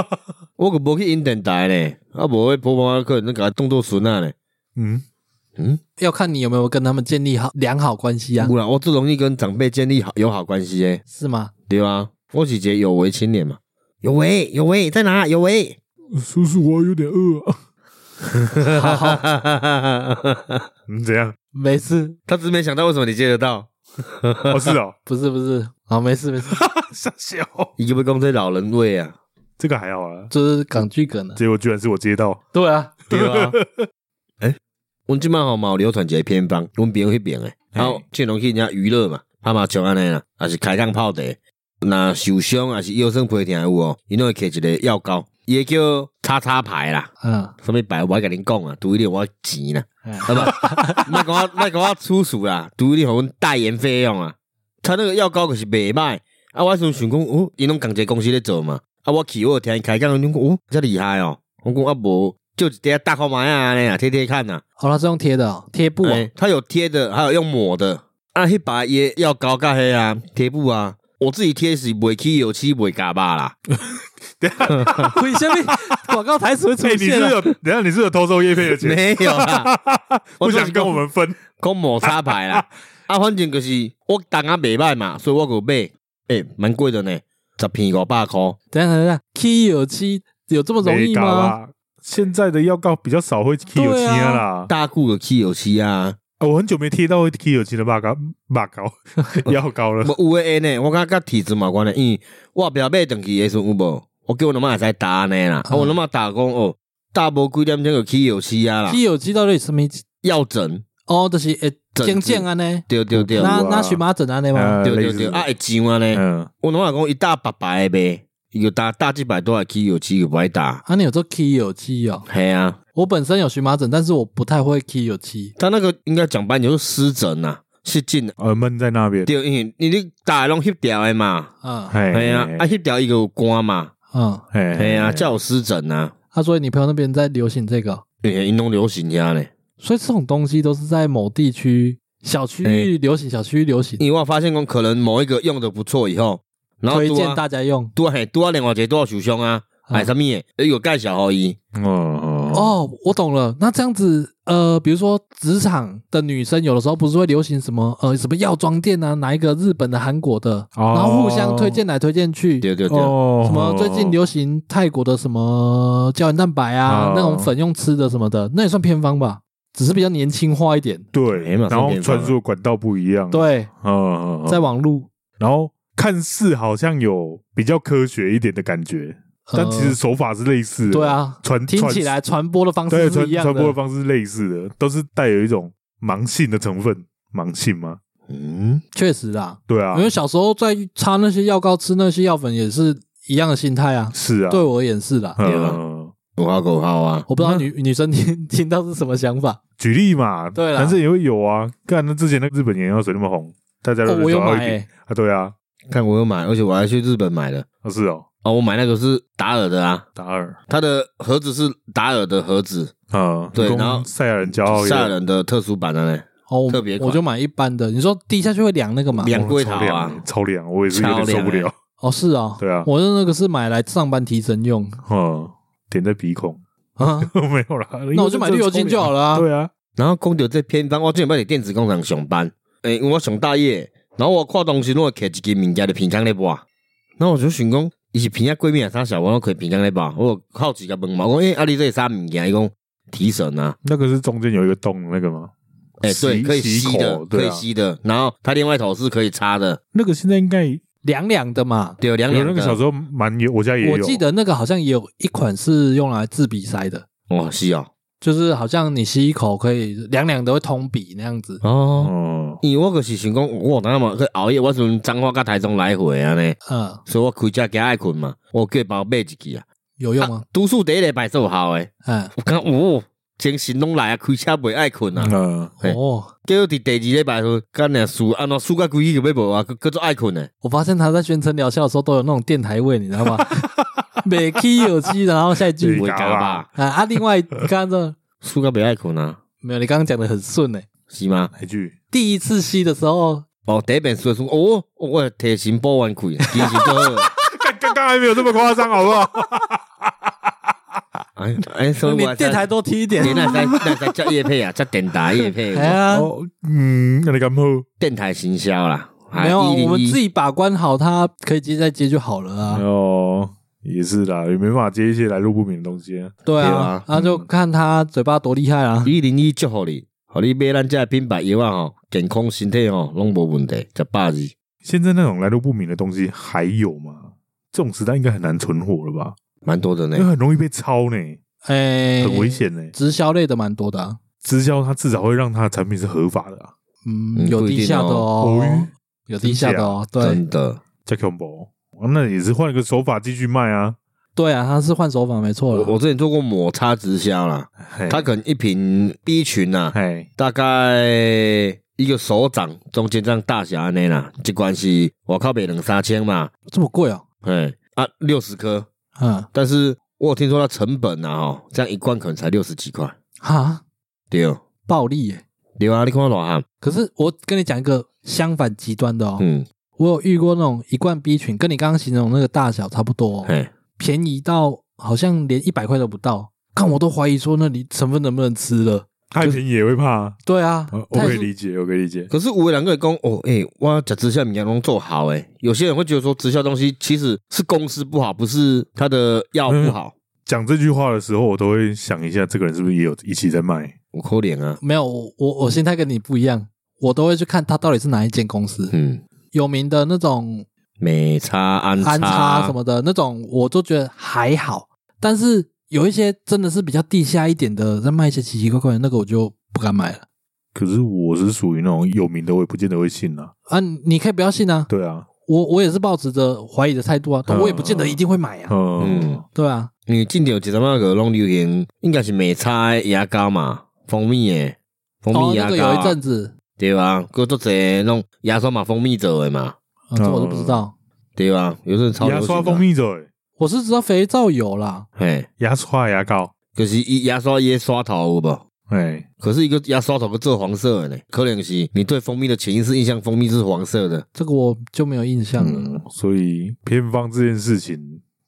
[SPEAKER 1] 我可无去因电台呢，啊，无迄婆婆妈妈可能给他当做孙啊呢。
[SPEAKER 3] 嗯，
[SPEAKER 1] 嗯，
[SPEAKER 2] 要看你有没有跟他们建立好良好关系啊
[SPEAKER 1] 不，然我最容易跟长辈建立好友好关系诶，
[SPEAKER 2] 是吗？
[SPEAKER 1] 对啊，我是一个有为青年嘛，有为有为在哪？有为。
[SPEAKER 3] 叔叔，我有点饿、啊。
[SPEAKER 2] 好好，
[SPEAKER 3] 嗯，怎样？
[SPEAKER 2] 没事，
[SPEAKER 1] 他只是没想到为什么你接得到。
[SPEAKER 3] 哦，是哦，
[SPEAKER 2] 不是不是，好，没事没事，
[SPEAKER 3] 傻笑。
[SPEAKER 1] 你个不讲这老人味啊，
[SPEAKER 3] 这个还好啊，
[SPEAKER 2] 就是港剧梗了。
[SPEAKER 3] 结果居然是我接到。
[SPEAKER 2] 对啊，
[SPEAKER 1] 对 啊。哎、阮即摆吼嘛有流传一个偏方，阮朋友迄边诶，
[SPEAKER 3] 嘿
[SPEAKER 1] 然后这拢去人家娱乐嘛，拍麻将安尼啦，也是开杠泡茶，若受伤也是腰酸背疼有哦，伊拢会摕一个药膏，伊会叫叉叉牌啦。
[SPEAKER 2] 嗯，
[SPEAKER 1] 什物牌我爱甲恁讲啊，除非你有我钱啦，
[SPEAKER 2] 哎
[SPEAKER 1] 好吧？ 莫讲我莫讲啊我出事啦，除非你互阮代言费用啊。他那个药膏可是袂歹，啊，我迄阵想讲，哦，因拢同一个公司咧做嘛，啊，我去我有听伊开讲，因讲哦，遮厉害哦，我讲啊无，就一点大看卖啊安尼啊，贴贴看啊。
[SPEAKER 2] 哦，那是用贴的哦，贴布啊
[SPEAKER 1] 哎，他有贴的，还有用抹的，啊，迄把也药膏甲迄啊，贴布啊。我自己贴是袂起油漆袂夹巴啦，
[SPEAKER 2] 为什么广告台词会出
[SPEAKER 3] 哎、你
[SPEAKER 2] 现
[SPEAKER 3] 是
[SPEAKER 2] 啊？
[SPEAKER 3] 有，等一下你是有偷收叶配的钱？
[SPEAKER 1] 没有啦，
[SPEAKER 3] 不
[SPEAKER 1] 我就是
[SPEAKER 3] 想跟我们分。
[SPEAKER 1] 讲抹擦牌啦。啊，反正就是我当啊袂歹嘛，所以我就买，诶、蛮贵的呢，十片五百箍。
[SPEAKER 2] 等一下等一下，Key 有七有这么容易
[SPEAKER 3] 没搞啊
[SPEAKER 2] 吗？
[SPEAKER 3] 啦？现在的药膏比较少会 K 有漆
[SPEAKER 2] 对啊
[SPEAKER 3] 啦、
[SPEAKER 1] 大固有起油漆啊，
[SPEAKER 3] 啊我很久没贴到 K 有漆的马膏马膏药膏了。
[SPEAKER 1] 无有诶呢，我感觉甲体质嘛有关的，因为我表买回去诶时阵有无，我叫我阿妈会使打安尼啦，啊，
[SPEAKER 2] 嗯
[SPEAKER 1] 我阿妈打讲哦，打无几点钟就起油漆啊啦
[SPEAKER 2] Key，有机到底什么意思？
[SPEAKER 1] 药疹
[SPEAKER 2] 哦，就是诶，
[SPEAKER 1] 疹子
[SPEAKER 2] 渐渐安呢，
[SPEAKER 1] 对对对，
[SPEAKER 2] 那
[SPEAKER 3] 啊
[SPEAKER 2] 那荨麻疹安呢吗？
[SPEAKER 3] 呃
[SPEAKER 1] 对
[SPEAKER 3] 类
[SPEAKER 1] 对
[SPEAKER 3] 似
[SPEAKER 1] 对，啊会痒啊呢，
[SPEAKER 3] 嗯，
[SPEAKER 1] 我拢若讲伊打白白的呗，伊就打打几百多下起有起就不爱打，
[SPEAKER 2] 啊，你有做 key 有气哦。
[SPEAKER 1] 嘿啊，
[SPEAKER 2] 我本身有荨麻疹，但是我不太会 key 有气。
[SPEAKER 1] 他那个应该讲白就是湿疹呐，湿疹啊，
[SPEAKER 3] 呃，闷在那边，
[SPEAKER 1] 对，因为你你打的拢翕掉的嘛，
[SPEAKER 2] 嗯
[SPEAKER 3] 嘿
[SPEAKER 1] 嘿啊，啊
[SPEAKER 3] 嘿
[SPEAKER 1] 翕掉伊有肝嘛，
[SPEAKER 2] 嗯，
[SPEAKER 3] 嘿
[SPEAKER 1] 嘿啊，叫有湿疹啊，
[SPEAKER 2] 啊，所以你朋友那边在流行这个哦，
[SPEAKER 1] 因为因拢流行遐呢。
[SPEAKER 2] 所以这种东西都是在某地区小区
[SPEAKER 1] 哎
[SPEAKER 2] 域流行，小区域流行，
[SPEAKER 1] 因为我发现讲可能某一个用的不错以后，嗯然后
[SPEAKER 2] 推
[SPEAKER 1] 拄
[SPEAKER 2] 荐
[SPEAKER 1] 啊
[SPEAKER 2] 大家用。
[SPEAKER 1] 拄啊嘿拄啊另外一个拄啊受伤啊，
[SPEAKER 2] 嗯
[SPEAKER 1] 买啥物诶，伊有介绍互伊，
[SPEAKER 3] 哦哦哦，
[SPEAKER 2] 哦，我懂了。那这样子，呃，比如说职场的女生，有的时候不是会流行什么呃什么药妆店啊，哪一个日本的、韩国的，
[SPEAKER 3] 哦
[SPEAKER 2] 然后互相推荐来推荐去。
[SPEAKER 1] 对对对，
[SPEAKER 3] 哦，
[SPEAKER 2] 什么最近流行泰国的什么胶原蛋白啊，
[SPEAKER 3] 哦
[SPEAKER 2] 那种粉用吃的什么的，那也算偏方吧，只是比较年轻化一点。
[SPEAKER 3] 对，
[SPEAKER 1] 哎嘛
[SPEAKER 3] 然
[SPEAKER 1] 顺
[SPEAKER 3] 后
[SPEAKER 1] 便
[SPEAKER 3] 传
[SPEAKER 1] 放
[SPEAKER 3] 输管道不一样，，
[SPEAKER 2] 对，
[SPEAKER 3] 嗯，
[SPEAKER 2] 在网路，
[SPEAKER 3] 然后看似好像有比较科学一点的感觉，
[SPEAKER 2] 呃
[SPEAKER 3] 但其实手法是类似的，
[SPEAKER 2] 对，啊，
[SPEAKER 3] 传
[SPEAKER 2] 听起来传播的方
[SPEAKER 3] 对
[SPEAKER 2] 式
[SPEAKER 3] 传
[SPEAKER 2] 是一样
[SPEAKER 3] 传播的
[SPEAKER 2] 的。
[SPEAKER 3] 方式类似的，都是带有一种盲信的成分，盲信吗？
[SPEAKER 1] 嗯，
[SPEAKER 2] 确实啦，
[SPEAKER 3] 对啊
[SPEAKER 2] 因，为小时候在擦那些药膏、吃那些药粉也是一样的心态啊。
[SPEAKER 3] 是啊，
[SPEAKER 2] 对我而言是啦，
[SPEAKER 1] 对啊
[SPEAKER 3] 嗯，
[SPEAKER 1] 有好有好啊，
[SPEAKER 2] 我不知道女女生听 听到是什么想法。
[SPEAKER 3] 举例嘛，
[SPEAKER 2] 对啦
[SPEAKER 3] 男生也会有啊。看那之前那个日本眼药水那么红，大家都
[SPEAKER 2] 哦，我有
[SPEAKER 3] 找到一
[SPEAKER 2] 买、
[SPEAKER 3] 点
[SPEAKER 2] 欸，
[SPEAKER 3] 啊，对啊，
[SPEAKER 1] 看我有买，而且我还去日本买的，
[SPEAKER 3] 啊是哦，
[SPEAKER 1] 哦，我买那个是达尔的啊，
[SPEAKER 3] 达尔
[SPEAKER 1] 它的盒子是达尔的盒子，
[SPEAKER 3] 啊，
[SPEAKER 1] 对
[SPEAKER 3] 跟
[SPEAKER 1] 然后
[SPEAKER 3] 赛亚人骄傲一
[SPEAKER 1] 赛
[SPEAKER 3] 样
[SPEAKER 1] 亚人的特殊版的呢，
[SPEAKER 2] 哦，我
[SPEAKER 1] 特别款
[SPEAKER 2] 我就买一般的。你说滴下去会凉那个嘛？
[SPEAKER 1] 凉
[SPEAKER 3] 哇
[SPEAKER 1] 龟
[SPEAKER 3] 超
[SPEAKER 1] 头啊
[SPEAKER 3] 凉欸，超凉，我也是有点受
[SPEAKER 1] 超
[SPEAKER 3] 不
[SPEAKER 1] 凉
[SPEAKER 3] 了，
[SPEAKER 2] 哦，是哦，
[SPEAKER 3] 对啊
[SPEAKER 2] 我的那个是买来上班提神用
[SPEAKER 3] 嗯，点在鼻孔，
[SPEAKER 2] 啊，
[SPEAKER 3] 没有啦，
[SPEAKER 2] 那我就买绿油精就好了啊。
[SPEAKER 3] 对啊，
[SPEAKER 1] 然后讲到这偏方，我之前捌伫电子工厂上班，诶、因为我上大夜，然后我看东西，我摕一支物件伫鼻腔咧抹，然后我就想讲，伊是鼻仔过敏啊，啥小我拢摕鼻腔咧抹，我好奇甲问嘛，我讲，诶、啊你这是啥物件？伊讲提神啊，
[SPEAKER 3] 那个是中间有一个洞的那个吗？
[SPEAKER 1] 诶、哎对，
[SPEAKER 3] 吸
[SPEAKER 1] 可以
[SPEAKER 3] 吸
[SPEAKER 1] 吸的，
[SPEAKER 3] 口
[SPEAKER 1] 可
[SPEAKER 3] 对
[SPEAKER 1] 以
[SPEAKER 3] 啊
[SPEAKER 1] 吸的，然后它另外一头是可以擦的，
[SPEAKER 3] 那个现在应该
[SPEAKER 2] 凉凉的嘛。
[SPEAKER 1] 对，两
[SPEAKER 3] 有
[SPEAKER 1] 两
[SPEAKER 3] 那个小时候蛮有，我家也有，
[SPEAKER 2] 我记得那个好像也有一款是用来治鼻塞的，
[SPEAKER 1] 哦，是哦，
[SPEAKER 2] 就是好像你吸一口可以凉凉的会通鼻那样子。
[SPEAKER 1] 哦
[SPEAKER 3] 哦，
[SPEAKER 1] 因为我就是想讲，我那嘛去熬夜，我从彰化甲台中来回啊呢，
[SPEAKER 2] 嗯，
[SPEAKER 1] 所以我开车加爱困嘛，我计包买一支啊。
[SPEAKER 2] 有用吗？
[SPEAKER 1] 都市第一礼拜做好诶，
[SPEAKER 2] 嗯，
[SPEAKER 1] 我讲哦，精神拢来啊，开车袂爱困啊。
[SPEAKER 3] 嗯，
[SPEAKER 1] 嘿
[SPEAKER 2] 哦，
[SPEAKER 1] 叫伫第二礼拜去，干俩输，安怎输到规矩就要无啊，叫做爱困诶。
[SPEAKER 2] 我发现他在宣称疗效的时候都有那种电台味，你知道吗？每 key 有机，然后下一句
[SPEAKER 3] 对
[SPEAKER 1] 袂加吧，
[SPEAKER 2] 啊啊，另外你刚刚这
[SPEAKER 1] 输到袂爱困啊，
[SPEAKER 2] 没有，你刚刚讲的很顺诶、
[SPEAKER 1] 是吗？
[SPEAKER 3] 哪一句？
[SPEAKER 2] 第一次吸的时候，
[SPEAKER 1] 哦，第一遍输的输，哦，哦我提神补完开，精神做好了。
[SPEAKER 3] 刚刚刚还没有这么夸张，好不好？
[SPEAKER 1] 哎哎，所以
[SPEAKER 2] 你
[SPEAKER 1] 我
[SPEAKER 2] 电台，多听一点
[SPEAKER 1] 你。那才那才叫叶配啊，叫电台叶配，
[SPEAKER 2] 哎呀，
[SPEAKER 3] 哦，嗯，那你敢喝？
[SPEAKER 1] 电台行销啦。啊
[SPEAKER 2] 没有啊，
[SPEAKER 1] 101
[SPEAKER 2] 我们自己把关好它，可以接再接就好了啊。
[SPEAKER 3] 哦，也是啦，也没办法接一些来路不明的东西啊。
[SPEAKER 2] 对
[SPEAKER 1] 对
[SPEAKER 2] 啊
[SPEAKER 1] 啊，
[SPEAKER 2] 那就看他嘴巴多厉害啊。
[SPEAKER 1] 一零一祝福你，互你买咱遮品牌药啊吼，健康身体吼拢无问题，食百二。
[SPEAKER 3] 现在那种来路不明的东西还有吗？这种时代应该很难存活了吧？
[SPEAKER 1] 蛮多的
[SPEAKER 3] 因为
[SPEAKER 1] 呢。
[SPEAKER 3] 很容易被抄呢，
[SPEAKER 2] 哎，
[SPEAKER 3] 很危。险呢。
[SPEAKER 2] 直销类的蛮多的啊，
[SPEAKER 3] 直销它至少会让它的产品是合法的啊，
[SPEAKER 2] 嗯，
[SPEAKER 1] 嗯
[SPEAKER 2] 有地下的
[SPEAKER 3] 不一定哦
[SPEAKER 2] 哦
[SPEAKER 3] 哦，
[SPEAKER 2] 有地下的哦，对
[SPEAKER 1] 真的，
[SPEAKER 3] 加 combo，那啊也是换了个手法继续卖啊。
[SPEAKER 2] 对啊，他是换手法没错
[SPEAKER 1] 我我
[SPEAKER 2] 了。
[SPEAKER 1] 之前做过抹擦直销啦，
[SPEAKER 3] 嗯嘿
[SPEAKER 1] 它可能一瓶 B 群呐、啊，
[SPEAKER 3] 嘿，
[SPEAKER 1] 大概一个手掌中间这样大小安尼啦，一罐是我靠北两三千嘛，
[SPEAKER 2] 这么贵哦，
[SPEAKER 1] 哎啊六十颗，
[SPEAKER 2] 嗯，
[SPEAKER 1] 但是我有听说它成本啊吼，这样一罐可能才六十几块，
[SPEAKER 2] 哈，
[SPEAKER 1] 对哦，
[SPEAKER 2] 暴利耶。
[SPEAKER 1] 对啊，你看我老汉，
[SPEAKER 3] 哦
[SPEAKER 2] 可是我跟你讲一个相反极端的哦，
[SPEAKER 1] 嗯，
[SPEAKER 2] 我有遇过那种一罐 B 群，跟你刚刚形容那个大小差不多哦，
[SPEAKER 1] 嘿，
[SPEAKER 2] 便宜到好像连一百块都不到，看我都怀疑说那里成分能不能吃了。
[SPEAKER 3] 太平也会怕啊，
[SPEAKER 2] 对啊，
[SPEAKER 3] 啊我
[SPEAKER 2] 它也
[SPEAKER 3] 可以
[SPEAKER 2] 是
[SPEAKER 3] 理解，我可以理解。
[SPEAKER 1] 可是有的人会讲哦，诶、我讲直销物件拢做好诶，有些人会觉得说直销东西其实是公司不好，不是它的药不好，
[SPEAKER 3] 讲这句话的时候，我都会想一下，这个人是不是也有一起在卖？
[SPEAKER 1] 我扣脸啊，
[SPEAKER 2] 没有我我我心态跟你不一样，我都会去看它到底是哪一间公司，
[SPEAKER 1] 嗯，
[SPEAKER 2] 有名的那种
[SPEAKER 1] 美差啊安
[SPEAKER 2] 安插什么的那种，我都觉得还好。但是有一些真的是比较地下一点的，在卖一些奇奇怪怪的那个，我就不敢买了。
[SPEAKER 3] 可是我是属于那种有名的，我也不见得会信啊。
[SPEAKER 2] 啊，你可以不要信啊，
[SPEAKER 3] 对啊，
[SPEAKER 2] 我我也是抱持着怀疑的态度啊，但我也不见得一定会买啊，
[SPEAKER 3] 嗯
[SPEAKER 1] 嗯，
[SPEAKER 2] 对啊，
[SPEAKER 1] 因为近年有一阵仔个拢流行，应该是美差的牙膏嘛，蜂蜜诶，蜂
[SPEAKER 2] 哦
[SPEAKER 1] 蜜，
[SPEAKER 2] 那
[SPEAKER 1] 牙
[SPEAKER 2] 个
[SPEAKER 1] 膏
[SPEAKER 2] 有一
[SPEAKER 1] 啊，
[SPEAKER 2] 阵子，
[SPEAKER 1] 对吧？搁做者弄牙刷嘛，蜂蜜做的嘛，
[SPEAKER 2] 啊这我都不知
[SPEAKER 1] 嗯
[SPEAKER 2] 道，
[SPEAKER 1] 对吧？有阵超流
[SPEAKER 3] 牙
[SPEAKER 1] 行
[SPEAKER 3] 刷
[SPEAKER 1] 啊
[SPEAKER 3] 蜂，蜜者、欸，
[SPEAKER 2] 我是知道肥皂有啦，
[SPEAKER 1] 嘿，
[SPEAKER 3] 牙刷牙膏，
[SPEAKER 1] 就是伊牙刷伊的刷头有无？
[SPEAKER 3] 哎、
[SPEAKER 1] 可是一个牙刷头个做黄色的呢，可能是你对蜂蜜的潜意识印象，蜂蜜是黄色的。
[SPEAKER 2] 这个我就没有印象了。
[SPEAKER 3] 嗯，所以偏方这件事情，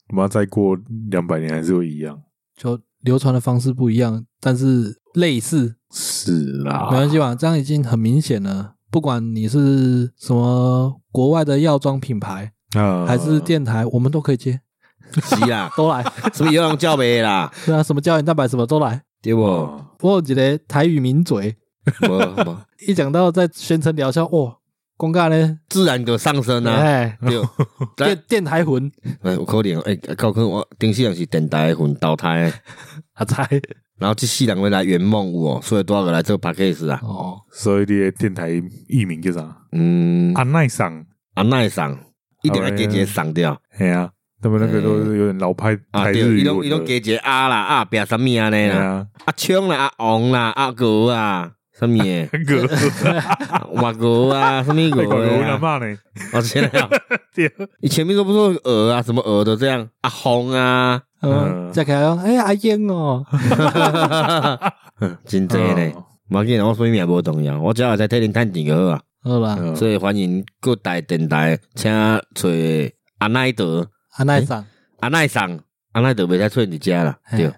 [SPEAKER 3] 他妈再过两百年还是会一样。
[SPEAKER 2] 就流传的方式不一样，但是类似，
[SPEAKER 3] 是啦
[SPEAKER 1] 啊
[SPEAKER 2] 没关系吧？这样已经很明显了。不管你是什么国外的药妆品牌，
[SPEAKER 3] 啊
[SPEAKER 2] 还是电台，我们都可以接，，
[SPEAKER 1] 是啦
[SPEAKER 2] 都来。
[SPEAKER 1] 什么有人叫袂啦，
[SPEAKER 2] 对啊，什么胶原蛋白什么都来。
[SPEAKER 1] 对不？无
[SPEAKER 3] 啊
[SPEAKER 2] 我有一个台语名嘴，
[SPEAKER 1] 无，
[SPEAKER 2] 一讲到在宣城疗效，哇、哦，广告呢？
[SPEAKER 1] 自然就上升 啊，
[SPEAKER 2] 哎、
[SPEAKER 1] 对。 咱
[SPEAKER 2] 电电台魂，
[SPEAKER 1] 哎，有可能哎，到可能我顶世人是电台的混淘汰的，
[SPEAKER 2] 阿猜
[SPEAKER 1] 然后这世人会来圆梦有哦，所以多少个来做 p a c k a g e 啊？
[SPEAKER 2] 哦，
[SPEAKER 3] 所以你的电台艺名叫啥？
[SPEAKER 1] 嗯，
[SPEAKER 3] 阿奈桑，
[SPEAKER 1] 啊那会送，一定要加一个送掉
[SPEAKER 3] 哎呀，他们那个都是有点老派
[SPEAKER 1] 啊！
[SPEAKER 3] 台
[SPEAKER 1] 对，
[SPEAKER 3] 日
[SPEAKER 1] 伊
[SPEAKER 3] 语
[SPEAKER 1] 拢伊拢
[SPEAKER 3] 文
[SPEAKER 1] 加
[SPEAKER 3] 的。
[SPEAKER 1] 一个啊啦啊拼什么啊呢
[SPEAKER 3] 哎
[SPEAKER 1] 啦？
[SPEAKER 3] 呀，，
[SPEAKER 1] 啊冲啦啊王啦啊哥啊什么的
[SPEAKER 3] 哥，
[SPEAKER 1] 我哥啊什么
[SPEAKER 3] 外国
[SPEAKER 1] 哥
[SPEAKER 3] 人来
[SPEAKER 1] 啊？
[SPEAKER 3] 骂呢？
[SPEAKER 1] 我天啊！
[SPEAKER 3] 对，
[SPEAKER 1] 你前面都不说鹅啊什么鹅的这样啊红啊，
[SPEAKER 2] 嗯，
[SPEAKER 3] 嗯
[SPEAKER 2] 再开哎呀阿燕 哦，
[SPEAKER 1] 嗯真济呢。
[SPEAKER 3] 哦
[SPEAKER 1] 冇紧，我所以名无重要，我只要在替恁趁钱就好啊。
[SPEAKER 2] 好啦，
[SPEAKER 3] 嗯，
[SPEAKER 1] 所以欢迎各大电台，请找阿奈德、
[SPEAKER 2] 阿奈桑，
[SPEAKER 1] 阿奈桑、阿奈德袂使出现伫遮啦，
[SPEAKER 2] 嘿
[SPEAKER 1] 对。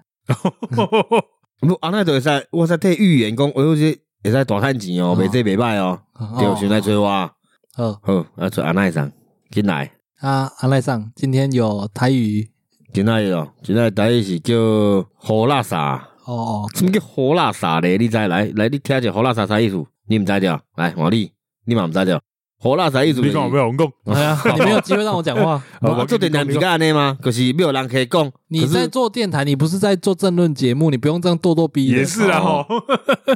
[SPEAKER 1] 不，阿奈德会使，我使替预言讲，哎呦，这会使大趁钱哦，
[SPEAKER 2] 哦
[SPEAKER 1] 袂这袂歹哦，对，
[SPEAKER 2] 哦
[SPEAKER 1] 想来找我啊，
[SPEAKER 2] 好，
[SPEAKER 1] 好，啊，找阿奈桑，进来，
[SPEAKER 2] 啊阿奈桑，今天有台语
[SPEAKER 1] 进来哦，进来，第一是叫火辣啥？
[SPEAKER 2] 哦，
[SPEAKER 1] 什么叫火辣啥咧？你知来来，你听者火辣啥啥意思？你毋知着？来，换你，你嘛毋知着？火辣啥意思？
[SPEAKER 3] 你讲我没有讲，
[SPEAKER 2] 哎 呀，你没有机会让我讲话。
[SPEAKER 1] 无啊，做电台毋是甲安尼吗？就是没有人可以讲。
[SPEAKER 2] 你在做电台，你不是在做政论节目，你不用这样咄咄逼人。哦
[SPEAKER 3] 也是啊，
[SPEAKER 1] 哦
[SPEAKER 3] 吼，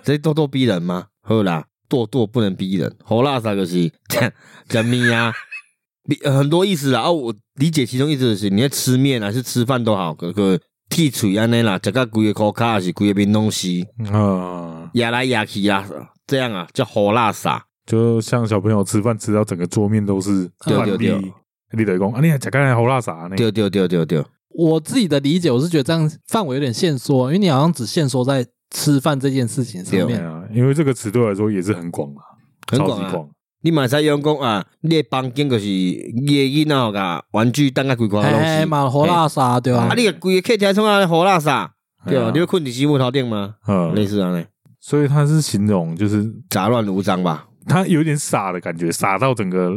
[SPEAKER 1] 这咄咄逼人吗？好啦，咄咄不能逼人。好啦，啥就是 讲讲咪啊， 比呃很多意思啦。啊，我理解其中意思就是，你在吃面啊，还是吃饭都好，个个剔嘴安尼啦，食到规个口卡是规个面拢是
[SPEAKER 3] 啊，
[SPEAKER 1] 压来压去啊，这样啊叫好啦
[SPEAKER 3] 哎
[SPEAKER 1] 啥？
[SPEAKER 3] 就像小朋友吃饭吃到整个桌面都是
[SPEAKER 1] 对
[SPEAKER 3] 饭
[SPEAKER 1] 对
[SPEAKER 3] 粒
[SPEAKER 1] 对，
[SPEAKER 3] 你得讲啊，你还吃干来好辣啊啥呢？
[SPEAKER 1] 对对对对对，
[SPEAKER 2] 我自己的理解，我是觉得这样范围有点限缩，因为你好像只限缩在吃饭这件事情上
[SPEAKER 3] 对
[SPEAKER 2] 面。
[SPEAKER 3] 啊，因为这个词对我来说也是很广啊，
[SPEAKER 1] 很
[SPEAKER 3] 超
[SPEAKER 1] 广
[SPEAKER 3] 级
[SPEAKER 1] 啊。
[SPEAKER 3] 广。
[SPEAKER 1] 你嘛会使用讲啊，你的房间就是你的囡仔甲啊玩具当甲规个拢
[SPEAKER 2] 哎，
[SPEAKER 1] 是。
[SPEAKER 2] 马猴拉沙对吧
[SPEAKER 1] 啊，？你个规个客厅创啊好啦啥？对
[SPEAKER 3] 哎
[SPEAKER 1] 啊
[SPEAKER 3] 呀，
[SPEAKER 1] 你会困伫积木头顶吗？类
[SPEAKER 3] 嗯，
[SPEAKER 1] 似安尼，
[SPEAKER 3] 所以它是形容就是
[SPEAKER 1] 杂乱无章吧。
[SPEAKER 3] 它有点傻的感觉，傻到整个，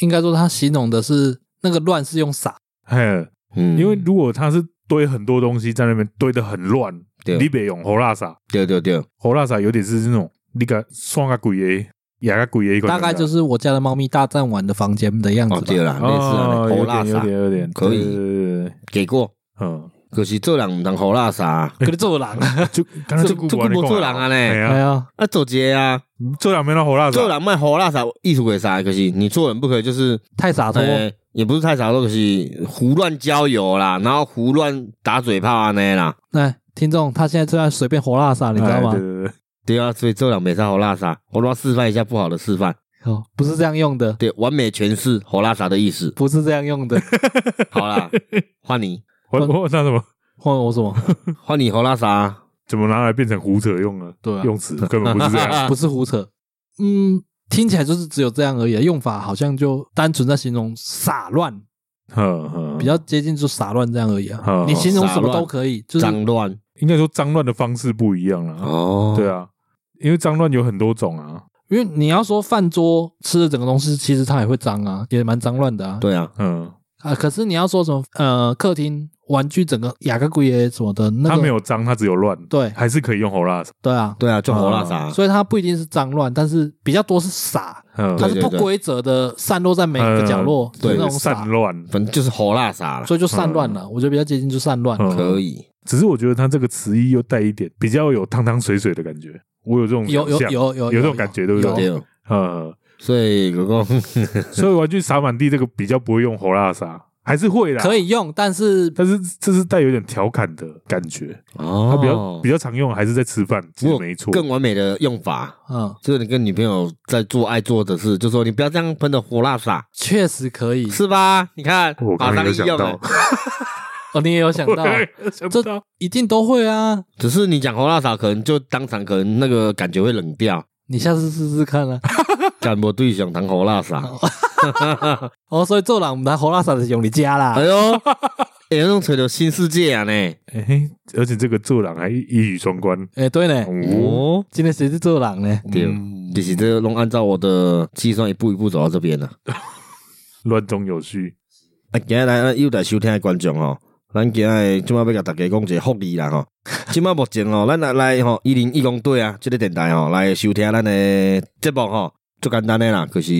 [SPEAKER 2] 应该说他形容的是那个乱是用撒，
[SPEAKER 3] 嘿，
[SPEAKER 1] 嗯，
[SPEAKER 3] 因为如果它是堆很多东西在那边堆的很乱，
[SPEAKER 1] 对
[SPEAKER 3] 你别用好辣傻，
[SPEAKER 1] 对对对，
[SPEAKER 3] 好辣傻有点是那种你个双个鬼的，牙个鬼的，
[SPEAKER 2] 大概就是我家的猫咪大战完的房间的样
[SPEAKER 1] 哦
[SPEAKER 2] 子
[SPEAKER 1] 对
[SPEAKER 2] 吧。
[SPEAKER 1] 啦，类似
[SPEAKER 3] 啊哦，
[SPEAKER 1] 安尼，
[SPEAKER 3] 有
[SPEAKER 1] 好垃
[SPEAKER 3] 点有
[SPEAKER 1] 圾
[SPEAKER 3] 点有点
[SPEAKER 1] 可以
[SPEAKER 3] 对对对对对
[SPEAKER 1] 给过，
[SPEAKER 3] 嗯，
[SPEAKER 1] 就是做人毋通好垃圾啊，
[SPEAKER 3] 哎
[SPEAKER 2] 跟你做狼，
[SPEAKER 3] 就刚才
[SPEAKER 1] 这这久没做人啊嘞
[SPEAKER 3] 哎
[SPEAKER 2] 哎
[SPEAKER 3] 呀，
[SPEAKER 2] 呀，
[SPEAKER 1] 啊做一个啊，
[SPEAKER 3] 做人没那好辣啊
[SPEAKER 1] 做
[SPEAKER 3] 傻，
[SPEAKER 1] 人卖好垃圾，艺术为啥？就是你做人不可以就是，
[SPEAKER 2] 太洒脱。
[SPEAKER 1] 呃，也不是太傻，就是胡乱交友啦，然后胡乱打嘴炮安尼啦，
[SPEAKER 2] 哎，听众，他现在正在随便活拉撒，你知道
[SPEAKER 3] 哎
[SPEAKER 2] 吗
[SPEAKER 3] 对？对对，
[SPEAKER 1] 对啊，所以做人没啥好垃圾，我都要示范一下不好的示范，
[SPEAKER 2] 哦，不是这样用的，
[SPEAKER 1] 对，完美诠释好垃圾的意思。
[SPEAKER 2] 不是这样 用的。
[SPEAKER 1] 好啦，换你，
[SPEAKER 3] 我我那什么？
[SPEAKER 2] 换我什么？
[SPEAKER 1] 换你好垃圾啊，
[SPEAKER 3] 怎么拿来变成胡扯用了？
[SPEAKER 2] 对啊
[SPEAKER 3] 用词根本不是这 样。
[SPEAKER 2] 不是胡扯。嗯，听起来就是只有这样而已，用法好像就单纯在形容撒乱，
[SPEAKER 3] 呵呵
[SPEAKER 2] 比较接近就撒乱这样而已啊
[SPEAKER 3] 哦。
[SPEAKER 2] 你形容什么都可以，就是
[SPEAKER 1] 脏乱
[SPEAKER 3] 应该说脏乱的方式不一样啦。
[SPEAKER 1] 哦
[SPEAKER 3] 对
[SPEAKER 1] 啊，
[SPEAKER 3] 啊，因为脏乱有很多种啊。
[SPEAKER 2] 因为你要说饭桌吃的整个东西，其实它也会脏啊，也蛮脏乱的啊。
[SPEAKER 1] 对啊，
[SPEAKER 3] 嗯，
[SPEAKER 2] 啊，可是你要说什么呃，客厅玩具整个雅各贵耶什么的，那
[SPEAKER 3] 它
[SPEAKER 2] 个
[SPEAKER 3] 没有脏，它只有乱，
[SPEAKER 2] 对
[SPEAKER 3] 还是可以用猴辣。
[SPEAKER 2] 对啊，
[SPEAKER 1] 对啊，就好垃圾啊，
[SPEAKER 2] 所以它不一定是脏乱，但是比较多是撒，
[SPEAKER 3] 嗯，
[SPEAKER 2] 它是
[SPEAKER 1] 对
[SPEAKER 2] 不
[SPEAKER 1] 对
[SPEAKER 2] 规则的散落在每个角落
[SPEAKER 1] 对
[SPEAKER 2] 的那种
[SPEAKER 3] 散
[SPEAKER 2] 撒，
[SPEAKER 3] 乱。
[SPEAKER 1] 反正就是好垃圾啦，
[SPEAKER 2] 所以就散乱了。我觉得比较接近就散乱。
[SPEAKER 3] 嗯
[SPEAKER 1] 可以。
[SPEAKER 3] 只是我觉得它这个词义又带一点比较有汤汤水水的感觉。我有这种
[SPEAKER 2] 有有
[SPEAKER 3] 想象
[SPEAKER 2] 有有
[SPEAKER 3] 有这种感觉，对不
[SPEAKER 2] 有
[SPEAKER 3] 哦对？
[SPEAKER 1] 对，
[SPEAKER 3] 呃，
[SPEAKER 1] 所以如 果
[SPEAKER 3] 所以玩具撒满地这个比较不会用火辣沙，还是会啦，
[SPEAKER 2] 可，以用，但是
[SPEAKER 3] 但是这是带有点调侃的感觉。它
[SPEAKER 1] 哦
[SPEAKER 3] 啊比较比较常用，还是在吃饭，其实没错。
[SPEAKER 1] 更完美的用法，
[SPEAKER 2] 嗯，
[SPEAKER 1] 就是你跟女朋友在做爱做的事，就说你不要这样喷的火辣撒，
[SPEAKER 2] 确实可以。
[SPEAKER 1] 是吧？你看，
[SPEAKER 3] 我
[SPEAKER 1] 马上
[SPEAKER 3] 刚刚有
[SPEAKER 1] 利
[SPEAKER 3] 想
[SPEAKER 1] 用啊
[SPEAKER 3] 到
[SPEAKER 1] 了。，
[SPEAKER 2] 哦，你也有想
[SPEAKER 3] 我
[SPEAKER 2] 到
[SPEAKER 3] 刚，刚有想到，
[SPEAKER 2] 一定都会啊！
[SPEAKER 1] 只是你讲火辣撒，可能就当场可能那个感觉会冷掉。
[SPEAKER 2] 你下次试试看啊。
[SPEAKER 1] 干我对象当火辣撒，
[SPEAKER 2] 哦，所以做人唔拿火辣沙就是用你家啦。
[SPEAKER 1] 哎呦， 哎呦，弄吹到新世界啊呢！
[SPEAKER 3] 哎，而且这个做人还一一语双关。
[SPEAKER 2] 哎、对呢，
[SPEAKER 3] 哦，
[SPEAKER 1] 哦，
[SPEAKER 2] 今天谁是做人呢？
[SPEAKER 1] 对，
[SPEAKER 3] 嗯
[SPEAKER 1] 就是这个拢按照我的计算一步一步走到这边了。
[SPEAKER 3] 乱中有序，
[SPEAKER 1] 啊，今日咱又来收听的观众吼，咱今日即马要甲大家讲一个福利啦吼。 即马目前吼，咱来来吼一零一公队啊，即、个电台吼来收听咱的节目吼，最简单诶啦，就是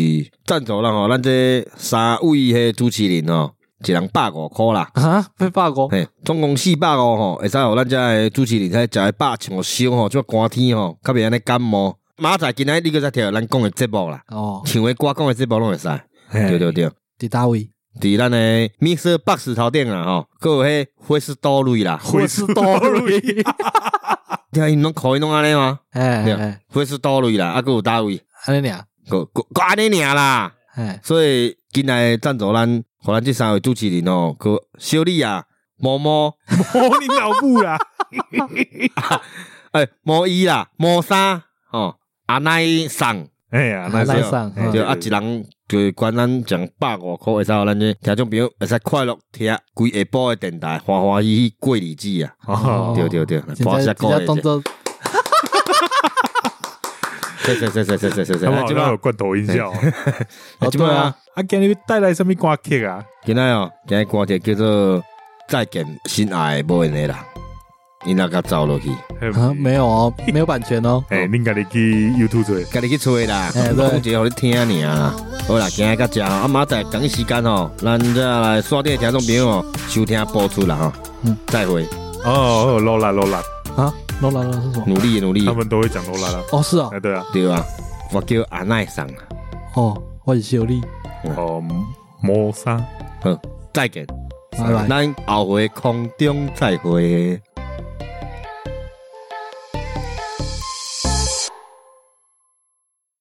[SPEAKER 1] 赞助啦吼，咱这三位迄主持人吼，一人百五箍啦。
[SPEAKER 2] 啊，被罢工，
[SPEAKER 1] 嘿，总共四百五吼，会使互咱遮诶主持人才食一百穿烧吼，即寒天吼，较袂安尼感冒。明仔载今仔你个再听咱讲诶节目啦，
[SPEAKER 2] 哦，
[SPEAKER 1] 唱诶歌讲诶节目拢会使，对
[SPEAKER 3] 对
[SPEAKER 1] 对 对。
[SPEAKER 2] 伫大位，
[SPEAKER 1] 伫咱诶 Mixer Box 头顶啊，吼，佮有迄灰色多瑞啦，
[SPEAKER 3] 灰
[SPEAKER 2] 是
[SPEAKER 3] 色
[SPEAKER 2] 多瑞，
[SPEAKER 1] 听因拢可以拢安尼吗？
[SPEAKER 2] 哎
[SPEAKER 1] 对
[SPEAKER 2] 哎，
[SPEAKER 1] 灰色多瑞啦，啊，佮有搭位，
[SPEAKER 2] 安尼俩，
[SPEAKER 1] 佮佮佮安尼尔啦。
[SPEAKER 2] 哎，
[SPEAKER 1] 所以今来赞助咱，互咱即三位主持人哦，佮小丽啊、毛毛、
[SPEAKER 3] 摸哦你脑部啦，
[SPEAKER 1] 诶、毛衣啦、毛衫吼，阿奶送，
[SPEAKER 3] 哎呀，那
[SPEAKER 1] 来
[SPEAKER 3] 是
[SPEAKER 2] 上
[SPEAKER 3] 哎
[SPEAKER 2] 嗯
[SPEAKER 1] 对啊，一人就是管咱讲百五箍，会使互咱这听众朋友会使快乐听规下晡诶电台，欢欢喜喜过日子啊。
[SPEAKER 3] 哦，
[SPEAKER 1] 对对对，
[SPEAKER 2] 现
[SPEAKER 1] 播一
[SPEAKER 2] 在
[SPEAKER 1] 下
[SPEAKER 2] 比
[SPEAKER 1] 歌
[SPEAKER 2] 较
[SPEAKER 1] 一下
[SPEAKER 2] 动。作，
[SPEAKER 1] 对对对对对对对对，
[SPEAKER 3] 他们
[SPEAKER 1] 啊
[SPEAKER 3] 好
[SPEAKER 1] 这
[SPEAKER 3] 像
[SPEAKER 1] 摆
[SPEAKER 3] 有罐头音效哦。
[SPEAKER 2] 哦，
[SPEAKER 1] 这摆
[SPEAKER 2] 对啊，，
[SPEAKER 3] 啊，今日带来什么歌曲啊？
[SPEAKER 1] 今仔哦，今仔歌题叫做《再见心爱的无缘的人》，因那个走落去，
[SPEAKER 2] 啊，没有哦，没有版权哦，
[SPEAKER 3] 哎，恁家己去 YouTube 找
[SPEAKER 1] 家己去吹啦，
[SPEAKER 2] 哎对
[SPEAKER 1] 讲一个互你听尔啦。好啦，今仔到遮吼，啊，明仔载同一时间吼，咱再来刷点听众朋友哦，收听播出啦吼
[SPEAKER 2] 嗯。
[SPEAKER 1] 再会，
[SPEAKER 3] 哦，罗拉罗拉，
[SPEAKER 2] 啊，罗拉罗 是什么？
[SPEAKER 1] 努力努力
[SPEAKER 3] 他，们都会讲罗拉啦。
[SPEAKER 2] 哦，是哦
[SPEAKER 3] 哎，，对啊，
[SPEAKER 1] 对啊，我叫阿奈桑啊，
[SPEAKER 2] 哦，我是小丽，
[SPEAKER 3] 哦，磨砂。
[SPEAKER 1] 好，再见，
[SPEAKER 2] 拜拜。
[SPEAKER 1] 咱后回空中再会。